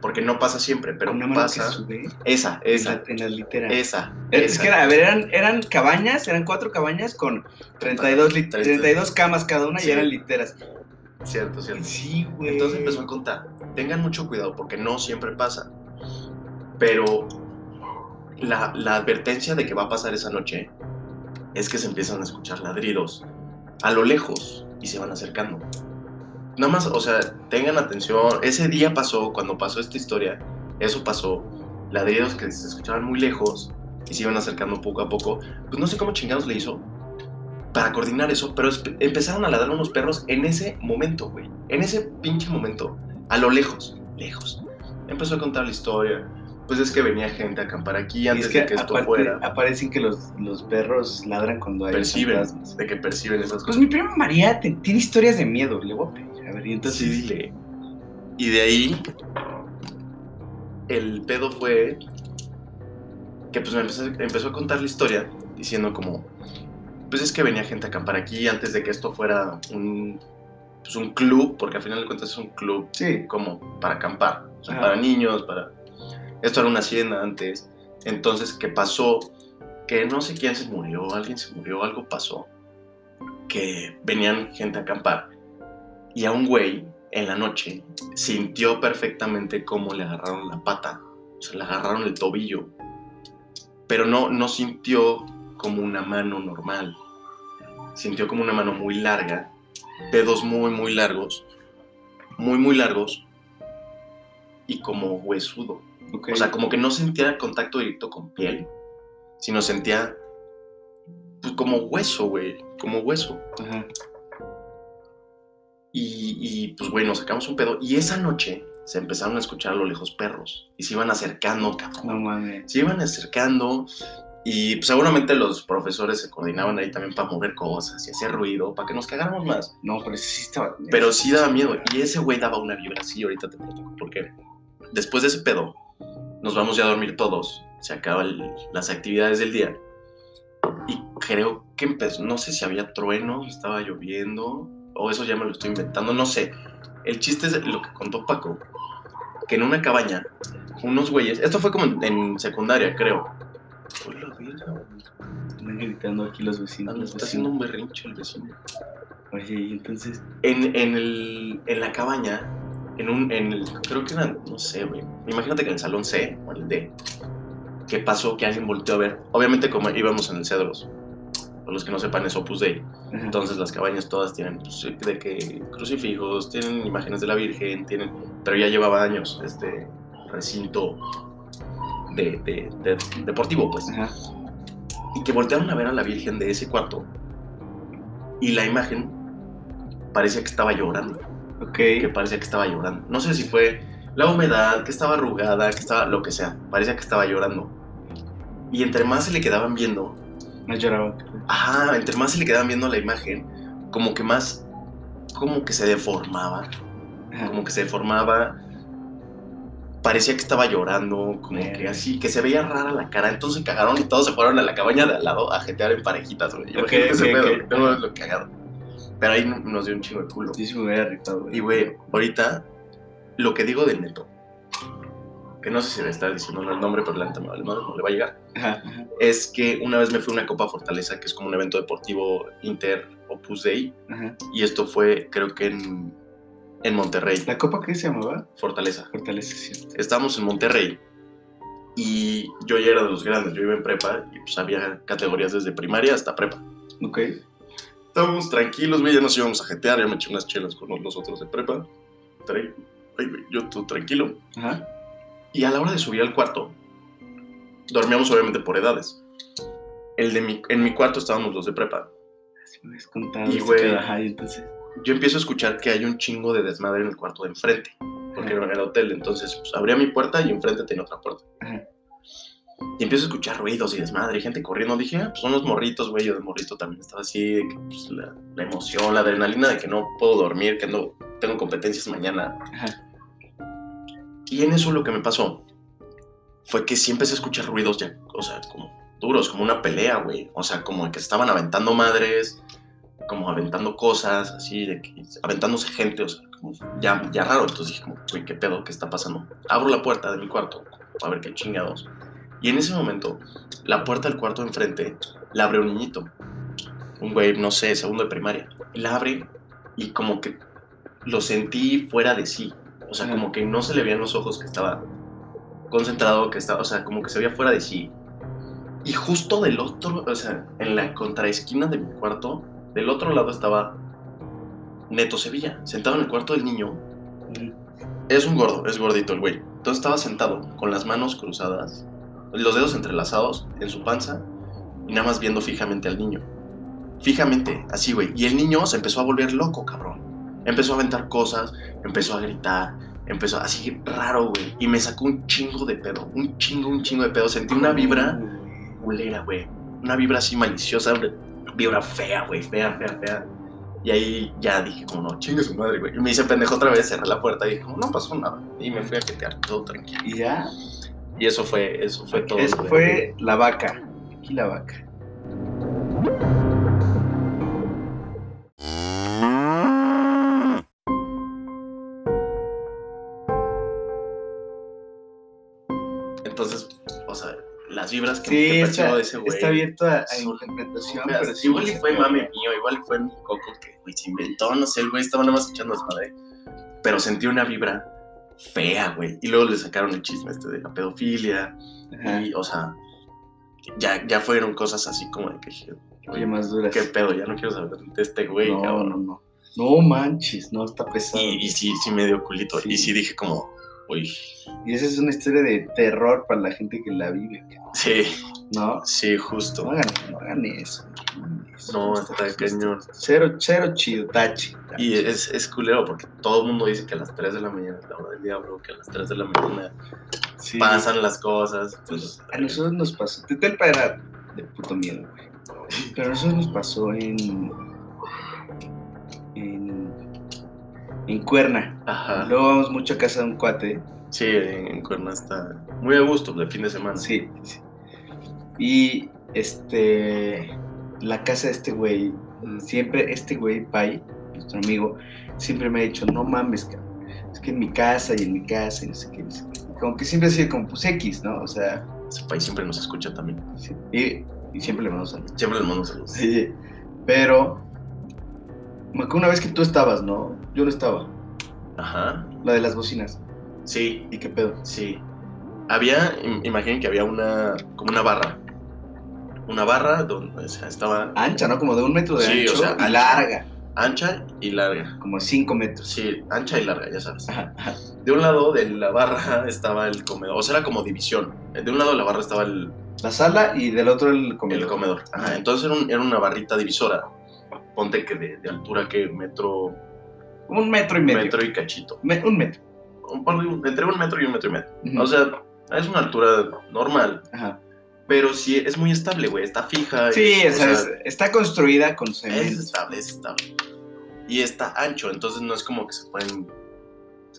S2: porque no pasa siempre, pero
S1: Una mano que
S2: pasa.
S1: sube
S2: Esa,
S1: en,
S2: esa,
S1: la- en las literas.
S2: esa.
S1: Es
S2: esa.
S1: que, era- a ver, eran, eran cabañas, eran cuatro cabañas con 32, lit-
S2: 32.
S1: 32 camas cada una
S2: Sí.
S1: y eran literas.
S2: Cierto, cierto.
S1: Sí, güey.
S2: Entonces empezó a contar. Tengan mucho cuidado porque no siempre pasa. Pero la, la advertencia de que va a pasar esa noche es que se empiezan a escuchar ladridos a lo lejos y se van acercando. Nada más, o sea, tengan atención. Ese día pasó, cuando pasó esta historia, eso pasó. Ladridos que se escuchaban muy lejos y se iban acercando poco a poco. Pues no sé cómo chingados le hizo para coordinar eso, pero espe- empezaron a ladrar unos perros en ese momento, güey. En ese pinche momento, a lo lejos, lejos. Empezó a contar la historia. Pues es que venía gente a acampar aquí
S1: Y
S2: antes
S1: es que,
S2: de que esto
S1: aparte,
S2: fuera.
S1: aparecen que los, los perros ladran cuando hay
S2: Perciben.
S1: fantasmas.
S2: De que perciben esas
S1: Pues
S2: cosas.
S1: mi prima María te- tiene historias de miedo, le voy a pedir. A ver, y entonces...
S2: Sí, dile. Y de ahí el pedo fue que pues me empecé- empezó a contar la historia diciendo como, pues es que venía gente a acampar aquí antes de que esto fuera un, pues, un club, porque al final de cuentas es un club
S1: Sí,
S2: como para acampar, o sea,
S1: Ajá.
S2: para niños, para... Esto era una hacienda antes, entonces, ¿qué pasó? Que no sé quién se murió, alguien se murió, algo pasó, que venían gente a acampar y a un güey en la noche sintió perfectamente cómo le agarraron la pata, o sea, le agarraron el tobillo, pero no, no sintió como una mano normal, sintió como una mano muy larga, dedos muy, muy largos, muy, muy largos y como huesudo.
S1: ok.
S2: O sea, como que no sentía contacto directo con piel, sino sentía pues, como hueso, güey, como hueso.
S1: Ajá.
S2: Y, y, pues, güey, nos sacamos un pedo. Y esa noche se empezaron a escuchar a lo lejos perros. Y se iban acercando, cabrón.
S1: No mames.
S2: Se iban acercando. Y pues, seguramente los profesores se coordinaban ahí también para mover cosas y hacer ruido, para que nos cagáramos más.
S1: No, pero ese sí estaba.
S2: Pero sí daba miedo. Y ese güey daba una vibra así. Ahorita te platico por qué. Después de ese pedo, nos vamos ya a dormir todos. Se acaban las actividades del día. Y creo que empezó, no sé si había trueno, estaba lloviendo, o eso ya me lo estoy inventando, no sé. El chiste es lo que contó Paco, que en una cabaña, unos güeyes, esto fue como en, en secundaria, creo. Uy, la verga, güey.
S1: Están gritando aquí los vecinos. los
S2: Está haciendo
S1: vecinos.
S2: un berrinche el vecino.
S1: Oye, y entonces.
S2: en, en, el, en la cabaña, en un, en el, creo que era, no sé, güey, imagínate que en el salón C o en el D, ¿qué pasó? Que alguien volteó a ver, obviamente como íbamos en el Cedros, para los que no sepan es Opus Dei,
S1: Ajá.
S2: entonces las cabañas todas tienen pues, de que crucifijos, tienen imágenes de la Virgen, tienen, pero ya llevaba años este recinto de, de- de- deportivo, pues
S1: Ajá.
S2: y que voltearon a ver a la Virgen de ese cuarto y la imagen parecía que estaba llorando,
S1: Ok.
S2: que parecía que estaba llorando. No sé si fue la humedad, que estaba arrugada, que estaba lo que sea, parecía que estaba llorando. Y entre más se le quedaban viendo,
S1: No lloraba.
S2: ajá, entre más se le quedaban viendo la imagen, como que más, como que se deformaba,
S1: Ajá.
S2: como que se deformaba, parecía que estaba llorando, como que
S1: Verga.
S2: así, que se veía rara la cara, entonces se cagaron y todos se fueron a la cabaña de al lado a jetear en parejitas, güey. Imagínate ese
S1: ok,
S2: pedo,
S1: ok.
S2: no mames lo cagado. Pero ahí no- nos dio un chingo de culo.
S1: Sí, se me hubiera rifado, güey.
S2: Y güey, ahorita, lo que digo del neto, que no sé si le está diciendo el nombre, pero la neta me vale madre, no le va a llegar,
S1: Ajá, ajá,
S2: es que una vez me fui a una Copa Fortaleza, que es como un evento deportivo inter Opus Dei,
S1: ajá.
S2: y esto fue, creo que en, en Monterrey,
S1: ¿La copa qué se llamaba?
S2: Fortaleza.
S1: Fortaleza, es cierto.
S2: estábamos en Monterrey y yo ya era de los grandes, yo iba en prepa y pues había categorías desde primaria hasta prepa.
S1: Ok.
S2: Estábamos tranquilos, güey, ya nos íbamos a jetear, ya me eché unas chelas con nosotros de prepa. Tra- ay, güey, yo tú tranquilo.
S1: Ajá.
S2: Y a la hora de subir al cuarto, dormíamos obviamente por edades. El de mi, en mi cuarto estábamos los de prepa.
S1: Se me habías contado.
S2: Y,
S1: este
S2: güey,
S1: pedo, Ajá, y entonces.
S2: Yo empiezo a escuchar que hay un chingo de desmadre en el cuarto de enfrente. porque
S1: Ajá.
S2: era el hotel. Entonces, pues, abría mi puerta y enfrente tenía otra puerta.
S1: Ajá.
S2: Y empiezo a escuchar ruidos y desmadre, y gente corriendo. Dije, ah, pues son los morritos, güey. Yo de morrito también estaba así, de que, pues, la, la emoción, la adrenalina de que no puedo dormir, que no tengo competencias mañana.
S1: Ajá.
S2: Y en eso lo que me pasó fue que sí empecé a escuchar ruidos ya, o sea, como duros, como una pelea, güey. O sea, como que estaban aventando madres, como aventando cosas, así, de que, aventándose gente, o sea, como ya, ya raro. Entonces dije, como, güey, qué pedo, qué está pasando. Abro la puerta de mi cuarto, a ver qué chingados. Y en ese momento, la puerta del cuarto de enfrente la abre un niñito. Un güey, no sé, segundo de primaria. La abre y como que lo sentí fuera de sí. O sea,
S1: Ajá.
S2: como que no se le veían los ojos que estaba concentrado, que estaba, o sea, como que se veía fuera de sí. Y justo del otro, o sea, en la contraesquina de mi cuarto, del otro lado estaba Neto Sevilla, sentado en el cuarto del niño.
S1: Ujú.
S2: Es un gordo, es gordito el güey. Entonces estaba sentado con las manos cruzadas, los dedos entrelazados en su panza y nada más viendo fijamente al niño. Fijamente, así güey. Y el niño se empezó a volver loco, cabrón. Empezó a aventar cosas, empezó a gritar, empezó así raro, güey. Y me sacó un chingo de pedo, un chingo, un chingo de pedo. Sentí una vibra culera, güey. Una vibra así maliciosa, una vibra fea, güey, fea, fea, fea. Y ahí ya dije, como no, chingue su madre, güey. Y me hice pendejo otra vez, cerré la puerta y dije, como no pasó nada. Y me fui a quetear, todo tranquilo.
S1: Y ya,
S2: Y eso fue, eso fue todo.
S1: eso
S2: güey.
S1: fue la vaca. Aquí la vaca.
S2: Entonces, o sea, las vibras que
S1: Sí,
S2: me pareció
S1: está,
S2: ese güey.
S1: está abierto a, a
S2: Su-
S1: interpretación.
S2: Veas,
S1: pero sí,
S2: igual y
S1: sí,
S2: fue
S1: sí.
S2: mame mío, igual fue mi coco que güey, se inventó, no sé, el güey estaba nada más echando desmadre. Pero sentí una vibra fea, güey. Y luego le sacaron el chisme este de la pedofilia.
S1: Ajá.
S2: Y, o sea, ya, ya fueron cosas así como de que dije,
S1: Oye,
S2: güey,
S1: más duras.
S2: qué pedo, ya no quiero saber de este güey,
S1: no,
S2: cabrón.
S1: no, no. No manches, no, está pesado.
S2: Y, y sí, sí me dio culito.
S1: Sí.
S2: Y sí dije como, uy,
S1: Y esa es una historia de terror para la gente que la vive. cabrón.
S2: sí,
S1: No,
S2: sí,
S1: no
S2: justo.
S1: hagan, no hagan eso. no hagan eso.
S2: No, está cañón.
S1: Cero, cero chido, tache. tache.
S2: Y es, es culero porque todo el mundo dice que a las 3 de la mañana es la hora del diablo, que a las 3 de la mañana
S1: Sí.
S2: pasan las cosas. Entonces,
S1: A nosotros nos pasó. Tetelpa era de puto miedo, güey. Pero a nosotros nos pasó en. En. En Cuerna.
S2: Ajá.
S1: Luego vamos mucho a casa de un cuate.
S2: Sí, en, en Cuerna está muy a gusto de fin de semana.
S1: Sí, sí. Y este. La casa de este güey. Siempre, este güey, Pai, nuestro amigo, siempre me ha dicho: No mames, cabrón. Es que en mi casa y en mi casa y no sé qué. no sé qué". Como que siempre ha sido como, pues X, ¿no? O sea.
S2: Ese país siempre nos escucha también.
S1: sí. Y, y siempre le mandamos saludos.
S2: Siempre nos manda saludos.
S1: Sí, pero me acuerdo una vez que tú estabas, ¿no? Yo no estaba.
S2: Ajá.
S1: La de las bocinas.
S2: Sí,
S1: ¿Y qué pedo?
S2: sí. Había, im- imaginen que había una, como una barra. Una barra donde o sea, estaba
S1: Ancha, ¿no? Como de un metro de
S2: Sí,
S1: ancho
S2: o sea,
S1: y
S2: ancha.
S1: larga.
S2: ancha y larga.
S1: Como cinco metros.
S2: Sí, ancha y larga, ya sabes.
S1: Ajá, ajá.
S2: De un lado de la barra estaba el comedor, o sea, era como división. De un lado de la barra estaba el,
S1: La sala y del otro el comedor.
S2: el comedor. Ajá, entonces era, un- era una barrita divisora. Ponte que de, de altura que metro,
S1: Un metro y medio.
S2: metro y cachito.
S1: Me- un metro.
S2: Un par de- un- entre un metro y un metro y medio.
S1: Ujú.
S2: O sea, es una altura normal,
S1: Ajá.
S2: pero sí es muy estable, güey. Está fija.
S1: Sí,
S2: es-
S1: o
S2: o
S1: sea,
S2: sea,
S1: es- está construida con
S2: es
S1: cemento.
S2: estable, es estable. Y está ancho, entonces no es como que se pueden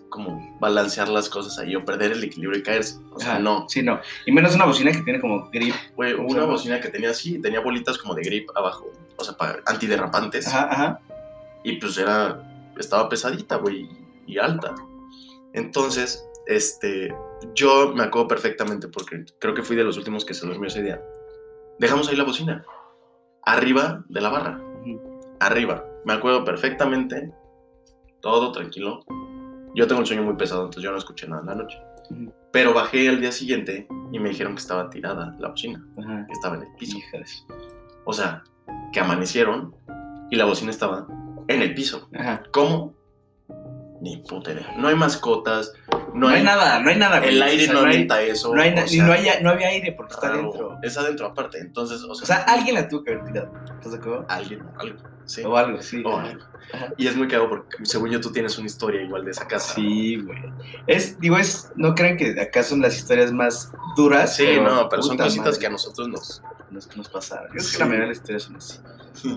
S2: como balancear las cosas ahí o perder el equilibrio y caerse. O sea,
S1: Ajá.
S2: no.
S1: Sí, no. Y menos una bocina que tiene como grip.
S2: Güey,
S1: ¿Cómo se
S2: una
S1: llama?
S2: bocina que tenía así, tenía bolitas como de grip abajo, o sea, para antiderrapantes.
S1: Ajá, ajá.
S2: Y pues era, estaba pesadita, güey, y alta. Entonces, este, yo me acuerdo perfectamente porque creo que fui de los últimos que se durmió ese día. Dejamos ahí la bocina, arriba de la barra,
S1: Ujú.
S2: arriba. Me acuerdo perfectamente, todo tranquilo. Yo tengo un sueño muy pesado, entonces yo no escuché nada en la noche.
S1: Ujú.
S2: Pero bajé al día siguiente y me dijeron que estaba tirada la bocina,
S1: Ajá.
S2: que estaba en el piso.
S1: Hija de su-
S2: O sea, que amanecieron y la bocina estaba en el piso.
S1: Ajá.
S2: ¿Cómo? Ni puta idea. No hay mascotas, no,
S1: No
S2: hay,
S1: hay nada, no hay nada. güey.
S2: El
S1: O
S2: aire
S1: sea,
S2: no
S1: hay-
S2: avienta eso.
S1: No, hay na-
S2: o
S1: y
S2: sea,
S1: no, hay- no había aire porque está
S2: raro.
S1: dentro.
S2: Es adentro aparte. Entonces, o sea,
S1: O sea, alguien la tuvo que haber tirado. ¿Estás de acuerdo?
S2: alguien, algo. Sí.
S1: O algo, sí.
S2: O algo.
S1: Ajá.
S2: Oh, Y es muy caro porque, según yo, tú tienes una historia igual de esa casa.
S1: Sí, güey. Es, digo, es, no creen que acá son las historias más duras.
S2: Sí, no, pero son
S1: puta
S2: cositas
S1: madre,
S2: que a nosotros nos.
S1: nos, que nos pasaron. Yo creo que
S2: Sí.
S1: la mayoría de las historias son así.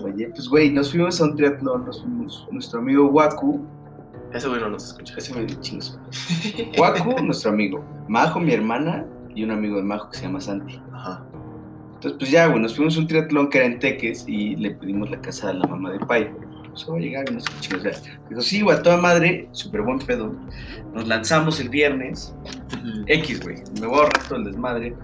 S1: Oye, pues, güey, nos fuimos a un triatlón, nos fuimos, nuestro amigo Waku,
S2: Ese güey no nos escucha.
S1: ese me dio chingos. Waku, nuestro amigo, Majo, mi hermana, y un amigo de Majo que se llama Santi.
S2: Ajá.
S1: Entonces, pues ya, güey, nos fuimos a un triatlón que era en Teques y le pedimos la casa a la mamá de Pai. Pues, Se va a llegar, y no sé qué chingos. era. Dijo, sí, güey, a toda madre, súper buen pedo. Nos lanzamos el viernes. X, güey. Me voy a ahorrar todo el desmadre.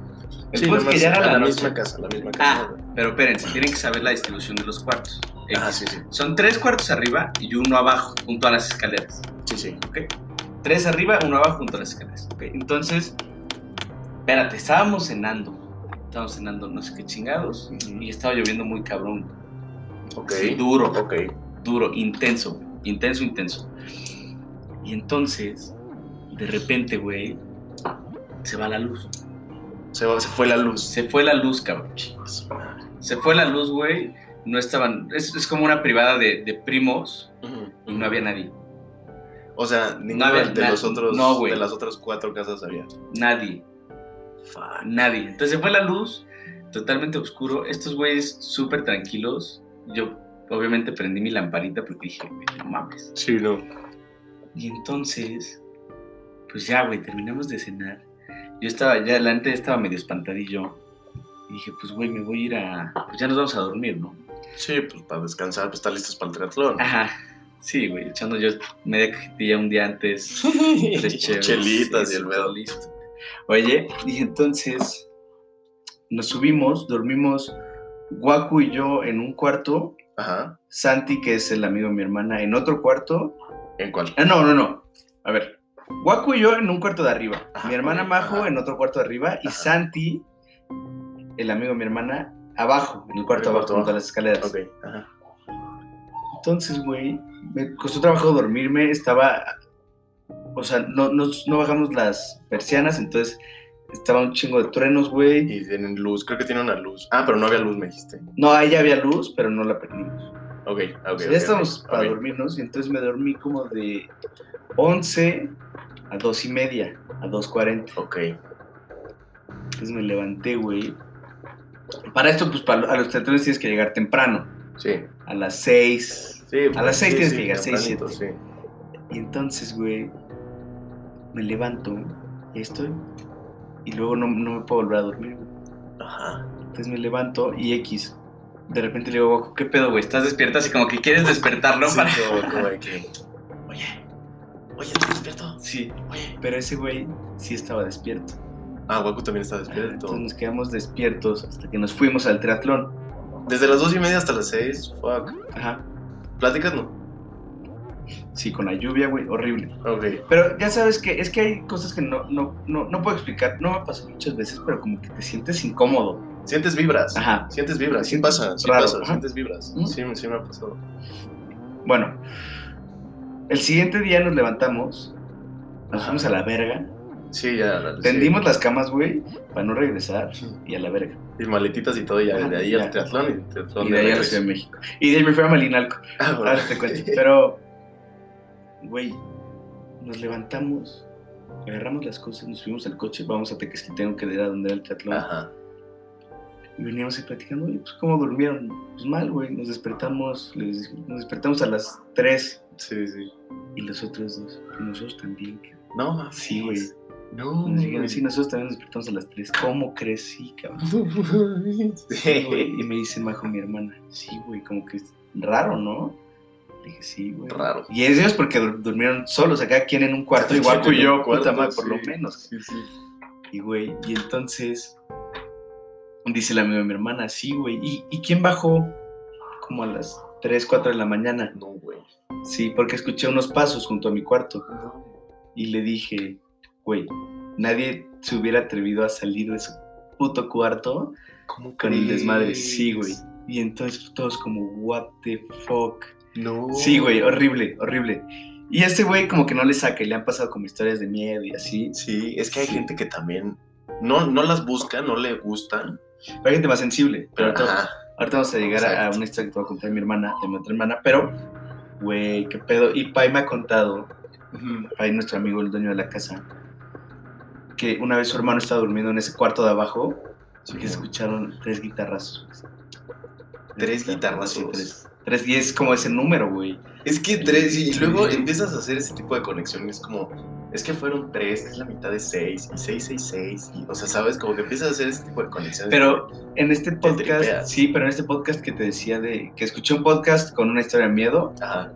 S1: El
S2: Sí,
S1: punto es
S2: nomás
S1: Pues que ya era
S2: a
S1: la,
S2: la
S1: noche.
S2: misma casa, la misma
S1: Ah, eh.
S2: casa.
S1: pero espérense, tienen que saber la distribución de los cuartos. X.
S2: Ah, sí, sí.
S1: Son tres cuartos arriba y uno abajo, junto a las escaleras.
S2: Sí, sí.
S1: Tres arriba, uno abajo, junto a las escaleras. Ok, Entonces, espérate, estábamos cenando. Estábamos cenando no sé qué chingados. Y estaba lloviendo muy cabrón.
S2: Ok.
S1: Sí, duro,
S2: Ok.
S1: duro, intenso, güey, intenso, intenso. Y entonces, de repente, güey, se va la luz.
S2: Se, va- se fue la luz.
S3: Se fue la luz, cabrón. Se fue la luz, güey. No estaban. Es, es como una privada de, de primos
S2: Ujú.
S3: y no había nadie.
S2: O sea, ninguno
S3: había
S2: de
S3: na-
S2: los otros
S3: no, güey.
S2: de las otras cuatro casas había.
S3: Nadie. Nadie. Entonces se fue la luz, totalmente oscuro. Estos güeyes súper tranquilos. Yo Obviamente prendí mi lamparita porque dije, "Güey, no mames.
S2: Sí, no.
S3: Y entonces, pues ya, güey, terminamos de cenar. Yo estaba ya, la neta estaba medio espantadillo. Y dije, pues, güey, me voy a ir a... Pues ya nos vamos a dormir, ¿no?
S2: Sí, pues para descansar, pues estar listos para el triatlón.
S1: Ah.
S3: Ajá. Sí, güey, echando yo media cajetilla un día antes. tres cheves,
S2: Chelitas y
S3: eso,
S2: el medo.
S3: Listo.
S1: Oye, y entonces nos subimos, dormimos Waku y yo en un cuarto,
S2: Ajá.
S1: Santi, que es el amigo de mi hermana, en otro cuarto.
S2: ¿En cuál?
S1: Ah, no, no, no. A ver, Waku y yo en un cuarto de arriba,
S2: Ajá,
S1: mi hermana
S2: ok,
S1: Majo
S2: ajá.
S1: en otro cuarto de arriba y
S2: Ajá.
S1: Santi, el amigo de mi hermana, abajo, en el cuarto
S2: El
S1: abajo, junto
S2: cuarto
S1: a
S2: abajo.
S1: las escaleras.
S2: Ok, ajá.
S1: Entonces, güey, me costó trabajo dormirme, estaba, o sea, no, no, no bajamos las persianas, entonces estaba un chingo de truenos, güey.
S2: Y tienen luz, creo que tienen una luz. Ah, pero no había luz, me dijiste.
S1: No, ahí ya había luz, pero no la perdimos.
S2: Ok, ok.
S1: O sea,
S2: ok,
S1: ya estábamos
S2: ok,
S1: para
S2: ok.
S1: dormirnos y entonces me dormí como de 11 a 2 y media, a 2.40.
S2: Ok,
S1: Entonces me levanté, güey. Para esto, pues para, a los teatrones tienes que llegar temprano,
S2: sí.
S1: a las 6.
S2: sí pues,
S1: las seis
S2: sí,
S1: tienes
S2: sí,
S1: que llegar, seis,
S2: tempranito, Sí.
S1: Y entonces, güey, me levanto y ahí estoy. Y luego no, no me puedo volver a dormir, güey.
S2: Ajá.
S1: Entonces me levanto y X. De repente le digo,
S3: ¿Qué pedo, güey? Estás despierta así como que quieres despertarlo
S2: Sí,
S3: para...
S2: como- como de que, Oye, oye, ¿estás despierto?
S1: sí,
S2: Oye.
S1: pero ese güey sí estaba despierto.
S2: Ah, Waku también está despierto.
S1: Entonces nos quedamos despiertos hasta que nos fuimos al triatlón.
S2: Desde las dos y media hasta las seis, fuck.
S1: Ajá.
S2: ¿Pláticas no?
S1: Sí, con la lluvia, güey, horrible.
S2: Ok.
S1: Pero ya sabes que es que hay cosas que no, no, no, no puedo explicar. No me pasó muchas veces, pero como que te sientes incómodo.
S2: ¿Sientes vibras?
S1: Ajá.
S2: Sientes vibras, sí
S1: Sientes
S2: pasa, sí
S1: raro,
S2: pasa,
S1: ajá.
S2: sientes vibras.
S1: ¿Mm?
S2: Sí, sí me ha pasado.
S1: Bueno, el siguiente día nos levantamos, nos
S2: Ajá.
S1: fuimos a la verga,
S2: Sí, ya. la- sí.
S1: tendimos las camas, güey, para no regresar y a la verga.
S2: Y maletitas y todo, y ya
S1: Ajá,
S2: de ahí
S1: ya.
S2: al triatlón y del triatlón
S1: Y de ahí a la
S2: regreso.
S1: Ciudad de México. Y de ahí me fui a Malinalco.
S2: Ah, bueno.
S1: Ahora te cuento. Pero, güey, nos levantamos, agarramos las cosas, nos subimos al coche, vamos a Tequesquitengo, que era donde era el triatlón.
S2: Ajá.
S1: Y veníamos ahí platicando, oye, pues, ¿cómo durmieron? Pues mal, güey, nos despertamos, les- nos despertamos a las 3
S2: Sí, sí.
S1: y los otros dos, y nosotros también. cabrón.
S2: No mames.
S1: Sí, güey.
S2: No.
S1: Nos dijeron, sí, nosotros también nos despertamos a las 3. ¿Cómo crees? Sí, cabrón. Sí, güey.
S2: Sí.
S1: Y me dice Majo, mi hermana, sí, güey, como que es raro, ¿no? Le dije, sí, güey.
S2: Raro.
S1: Y ellos porque dur- durmieron solos, acá quien en un cuarto, igual que
S2: Sí, en
S1: yo,
S2: un cuarto,
S1: puta madre, por lo
S2: sí.
S1: menos.
S2: Sí, sí.
S1: Y güey, y entonces dice el amigo de mi hermana, sí, güey. ¿Y, y quién bajó? Como a las 3, 4 de la mañana.
S2: No, güey.
S1: Sí, porque escuché unos pasos junto a mi cuarto
S2: No.
S1: y le dije, güey, nadie se hubiera atrevido a salir de su puto cuarto
S2: ¿Cómo
S1: con el
S2: crees?
S1: desmadre. Sí, güey. Y entonces todos como, what the fuck.
S2: No.
S1: Sí, güey, horrible, horrible. Y este güey como que no le saca y le han pasado como historias de miedo y así.
S2: Sí, es que hay
S1: Sí.
S2: gente que también no, no las busca, no le gustan,
S1: Pero hay gente más sensible. Pero
S2: pero
S1: ahorita,
S2: ajá,
S1: ahorita vamos a llegar a, a
S2: Exacto.
S1: una historia que te voy a contar de mi hermana, de mi otra hermana. Pero, güey, qué pedo. Y Pai me ha contado, Pai, nuestro amigo, el dueño de la casa, que una vez su hermano estaba durmiendo en ese cuarto de abajo y que escucharon tres guitarrazos.
S2: Tres guitarrazos.
S1: Sí, Tres, tres, y es como ese número, güey.
S2: Es que tres, y luego empiezas a hacer ese tipo de conexiones como, es que fueron tres, que es la mitad de seis, y seis, seis, seis, y, o sea, sabes, como que empiezas a hacer ese tipo de conexiones.
S1: Pero en este podcast,
S2: tripeas.
S1: sí, pero en este podcast que te decía de que escuché un podcast con una historia de miedo
S2: Ajá,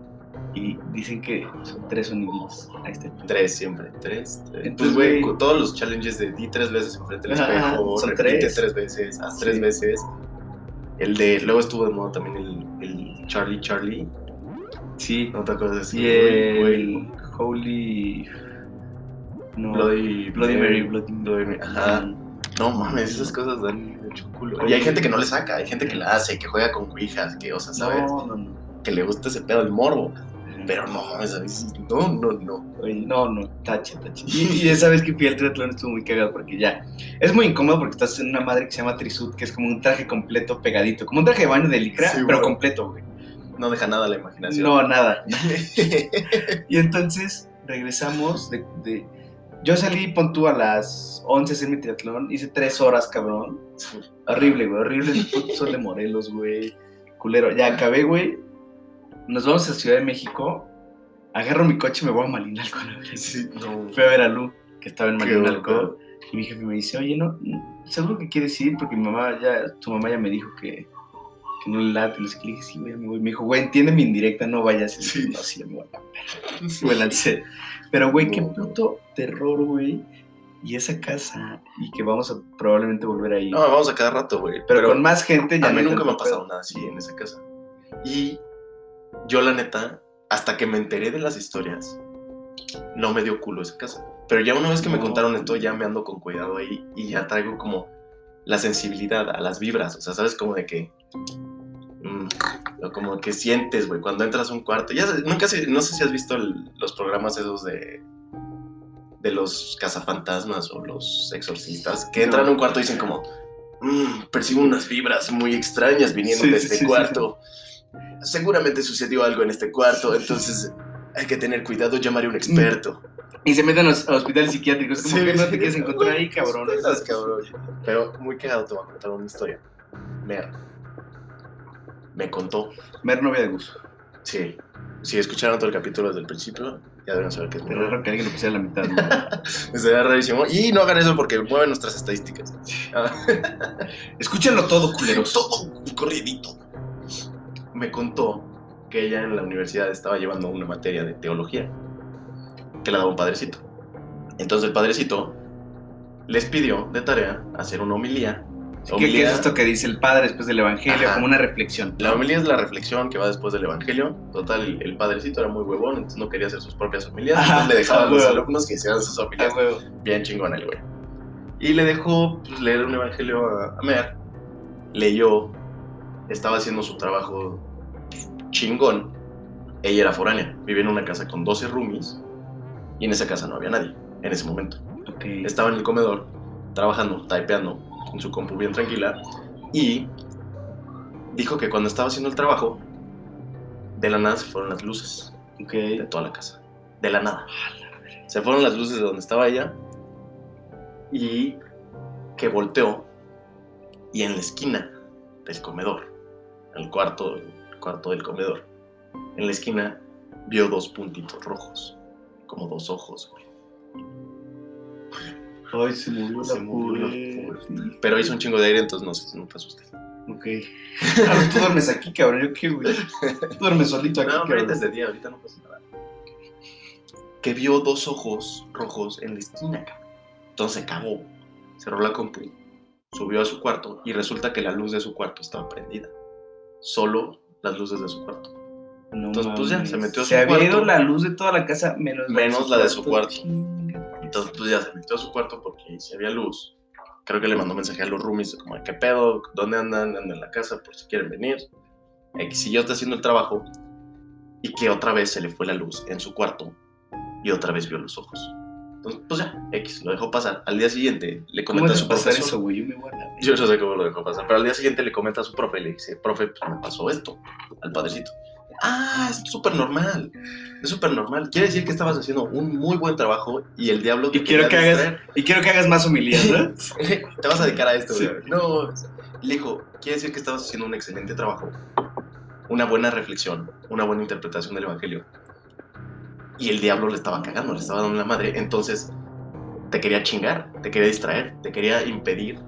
S1: y dicen que son tres soniditos. este Ahí está. el pedo.
S2: tres siempre, tres, tres.
S1: Entonces,
S2: pues,
S1: güey-
S2: güey, con todos los challenges de di tres veces enfrente del
S1: Ajá,
S2: espejo,
S1: son
S2: repite
S1: tres.
S2: tres. veces, haz tres
S1: Sí.
S2: veces. El de, luego estuvo de moda también el, el Charlie Charlie,
S1: Sí.
S2: ¿no te acuerdas?
S1: Y el Holy. No.
S2: Bloody,
S1: Bloody Mary. Bloody
S2: Bloody Mary, ajá. No mames, esas cosas dan mucho culo. Y hay gente que no le saca, hay gente que la hace, que juega con cuijas, que, o sea, ¿sabes?
S1: No, no, no.
S2: Que le gusta ese pedo del morbo. Pero no mames, a veces no, no, no.
S1: Oye, no, no, tache, tache. Y, y esa vez que fui al triatlón estuvo muy cagado porque ya. Es muy incómodo porque estás en una madre que se llama Trisut, que es como un traje completo pegadito. Como un traje de baño de licra,
S2: Sí,
S1: pero
S2: güey.
S1: completo, güey.
S2: No deja nada a la imaginación.
S1: No, nada. Y entonces regresamos de, de- Yo salí, pon tú, a las 11 a hacer mi triatlón. Hice tres horas, cabrón. Horrible, güey. Horrible en el puto sol de Morelos, güey. culero. Ya acabé, güey. Nos vamos a Ciudad de México. Agarro mi coche y me voy a Malinalco. ¿no?
S2: Sí, no.
S1: Fui a ver a Lu, que estaba en
S2: Qué
S1: Malinalco.
S2: horror.
S1: Y mi jefe me dice, oye, no, ¿seguro que quieres ir? Porque mi mamá ya, tu mamá ya me dijo que, que no le late. No sé qué. Le dije, sí, güey, ya me voy. Me dijo, güey, entiende mi indirecta, no vayas. Y
S2: Sí.
S1: dije, No, sí, ya me voy. Sí, me lancé. Pero, güey, qué
S2: No, no.
S1: puto terror, güey. Y esa casa, y que vamos a probablemente volver ahí.
S2: No, vamos a cada rato, güey.
S1: pero, con más gente ya
S2: a
S1: no
S2: mí
S1: hay
S2: nunca me
S1: tanto
S2: ha pasado nada así en esa casa. Y yo, la neta, hasta que me enteré de las historias, no me dio culo esa casa. Pero ya una vez que me
S1: No.
S2: contaron esto, ya me ando con cuidado ahí y ya traigo como la sensibilidad a las vibras. O sea, ¿sabes? Como de que. mm, o como que sientes, güey, cuando entras a un cuarto. Ya sabes, nunca sé, no sé si has visto el- los programas esos de. De los cazafantasmas o los exorcistas que entran a un cuarto y dicen como, "Mm, percibo unas vibras muy extrañas viniendo
S1: Sí,
S2: de
S1: sí,
S2: este
S1: sí, sí,
S2: cuarto. Seguramente sucedió algo en este cuarto, entonces hay que tener cuidado, llamaré
S1: Mm.
S2: a un experto.
S1: Y se meten a los- a hospitales psiquiátricos. Como
S2: Sí,
S1: que no
S2: sí,
S1: te quieres
S2: sí.
S1: encontrar ahí, cabrón.
S2: Estás cabrón. Pero muy cagado te voy a contar una historia. Mer me contó.
S1: Mer novia de Gus.
S2: Sí. Si escucharon todo el capítulo desde el principio, ya deben saber que es mi
S1: Pero
S2: novia.
S1: raro que alguien lo pusiera a la mitad. ¿no?
S2: Será rarísimo. Y no hagan eso porque mueven nuestras estadísticas.
S1: Escúchenlo todo,
S2: Pero
S1: culeros.
S2: todo corridito. Me contó que ella en la universidad estaba llevando una materia de teología que la daba un padrecito. Entonces el padrecito les pidió de tarea hacer una homilía.
S1: ¿Qué, qué es
S2: Homilía-
S1: esto que dice el padre después del evangelio?
S2: Ajá.
S1: Como una reflexión.
S2: La homilía es la reflexión que va después del evangelio. Total, el, el padrecito era muy huevón, entonces no quería hacer sus propias homilías.
S1: Ajá,
S2: entonces le dejaba a los
S1: huevo.
S2: alumnos que hicieran sus
S1: Ah,
S2: homilías.
S1: huevo.
S2: Bien chingón el güey. Y le dejó pues, leer un evangelio a, a Mer. Leyó. Estaba haciendo su trabajo chingón. Ella era foránea. Vivía en una casa con 12 roomies. Y en esa casa no había nadie en ese momento.
S1: Ok.
S2: Estaba en el comedor, trabajando, typeando, en su compu bien tranquila. Y dijo que cuando estaba haciendo el trabajo, de la nada se fueron las luces
S1: ok.
S2: de toda la casa. De la nada. Se fueron las luces de donde estaba ella y que volteó y en la esquina del comedor, el cuarto, el cuarto del comedor, en la esquina vio dos puntitos rojos, como dos ojos, güey.
S1: Ay, se murió
S2: Se
S1: la
S2: murió la
S1: pobre.
S2: Pero hizo un chingo de aire, entonces no, se- no te asustes.
S1: Ok. Claro, tú duermes aquí, cabrón. Yo qué, güey. Tú duermes solito aquí,
S2: No, hombre,
S1: cabrón.
S2: ahorita es de día, ahorita no pasa nada. Que vio dos ojos rojos en la esquina, cabrón. Entonces acabó, cerró la compu, subió a su cuarto y resulta que la luz de su cuarto estaba prendida. Solo las luces de su cuarto.
S1: No
S2: Entonces, pues, ya,
S1: mames.
S2: se metió a su
S1: Se había ido
S2: cuarto.
S1: la luz de toda la casa, menos,
S2: Menos la de su cuarto.
S1: Chinga.
S2: Entonces, pues ya se metió a su cuarto porque si había luz. Creo que le mandó mensaje a los roomies, como, ¿qué pedo? ¿Dónde andan? ¿Andan en la casa? Por si quieren venir. Eh, que siguió haciendo el trabajo y que otra vez se le fue la luz en su cuarto y otra vez vio los ojos. Entonces, pues ya, X, lo dejó pasar. Al día siguiente le
S1: ¿Cómo
S2: comenta a
S1: es
S2: su
S1: pasar
S2: profesor.
S1: eso, güey? Yo me voy a la
S2: Yo no sé cómo lo dejó pasar, pero al día siguiente le comenta a su profe y le dice, profe, pues me pasó esto al padrecito. Ah, es súper normal, es súper normal. Quiere decir que estabas haciendo un muy buen trabajo y el diablo
S1: Y quiero
S2: quería
S1: que hagas-
S2: distraer"
S1: Y quiero que hagas más humilías, ¿no?
S2: te vas a dedicar a esto,
S1: Sí.
S2: güey. No. Le dijo, quiere decir que estabas haciendo un excelente trabajo, una buena reflexión, una buena interpretación del Evangelio. Y el diablo le estaba cagando, le estaba dando la madre. Entonces, te quería chingar, te quería distraer, te quería impedir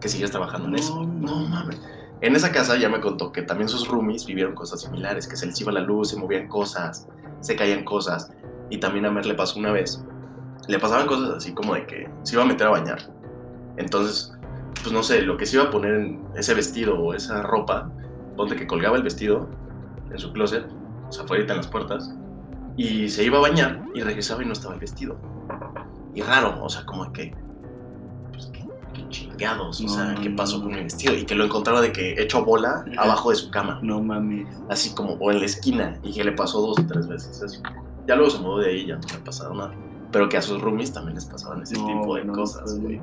S2: que sigas trabajando en eso. No mames. En esa casa ya me contó que también sus roomies vivieron cosas similares, que se les iba la luz, se movían cosas, se caían cosas. Y también a Mer le pasó una vez. Le pasaban cosas así como de que se iba a meter a bañar. Entonces, pues no sé, lo que se iba a poner en ese vestido o esa ropa, donde que colgaba el vestido en su closet, o sea, afuera en las puertas, y se iba a bañar y regresaba y no estaba el vestido. Y raro, o sea, como que, pues qué, qué chingados, o
S1: No,
S2: sea,
S1: no,
S2: qué
S1: no,
S2: pasó
S1: no.
S2: con el vestido y que lo encontraba de que hecho bola
S1: Mm. Ajá.
S2: abajo de su cama,
S1: No mames.
S2: así como o en la esquina y que le pasó dos o tres veces así. Ya luego se mudó de ahí, ya no le ha pasado nada. Pero que a sus roomies también les pasaban ese tipo de
S1: no,
S2: cosas,
S1: pues,
S2: güey.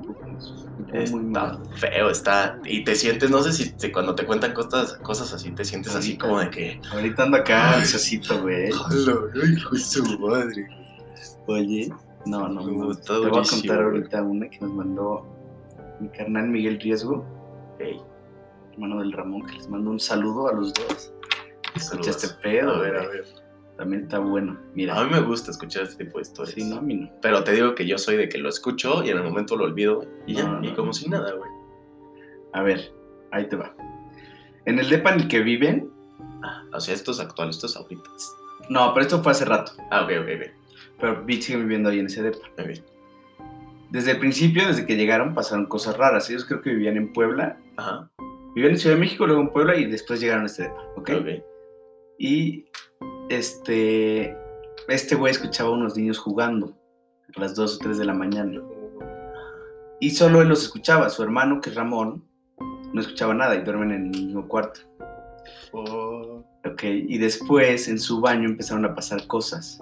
S1: pues, muy
S2: Está
S1: mal.
S2: feo, está. Y te sientes, no sé si te- cuando te cuentan cosas, cosas así, te sientes así
S1: Ahorita.
S2: como de que.
S1: Ahorita ando acá, visacito, güey.
S2: hijo de su madre!
S1: Oye, no, no, no.
S2: Está
S1: Te voy a
S2: durísimo,
S1: contar
S2: güey.
S1: ahorita una que nos mandó mi carnal Miguel Riesgo.
S2: Ey,
S1: hermano del Ramón, que les mando un saludo a los dos. Escucha
S2: Saludos.
S1: este pedo,
S2: A ver, a
S1: güey.
S2: ver. Ah,
S1: También está bueno. Mira,
S2: A mí me gusta escuchar este tipo de historias.
S1: sí, no, a mí no.
S2: Pero te digo que yo soy de que lo escucho y en el momento lo olvido y ya,
S1: No, no,
S2: y como
S1: no.
S2: si nada, güey.
S1: A ver, ahí te va. En el depa en el que viven,
S2: Ah, O sea, esto es actual, esto es ahorita.
S1: no, pero esto fue hace rato,
S2: Ah, ok, ok,
S1: pero vi- siguen viviendo ahí en ese depa.
S2: ok. ok.
S1: Desde el principio, desde que llegaron, pasaron cosas raras. Ellos creo que vivían en Puebla,
S2: Ajá,
S1: vivían en Ciudad de México, luego en Puebla y después llegaron a este depa, ¿ok?
S2: ok.
S1: Y este, este güey escuchaba a unos niños jugando a las 2 o 3 de la mañana. Y solo él los escuchaba, su hermano, que es Ramón, no escuchaba nada y duermen en el mismo cuarto.
S2: Oh,
S1: Ok, y después en su baño empezaron a pasar cosas.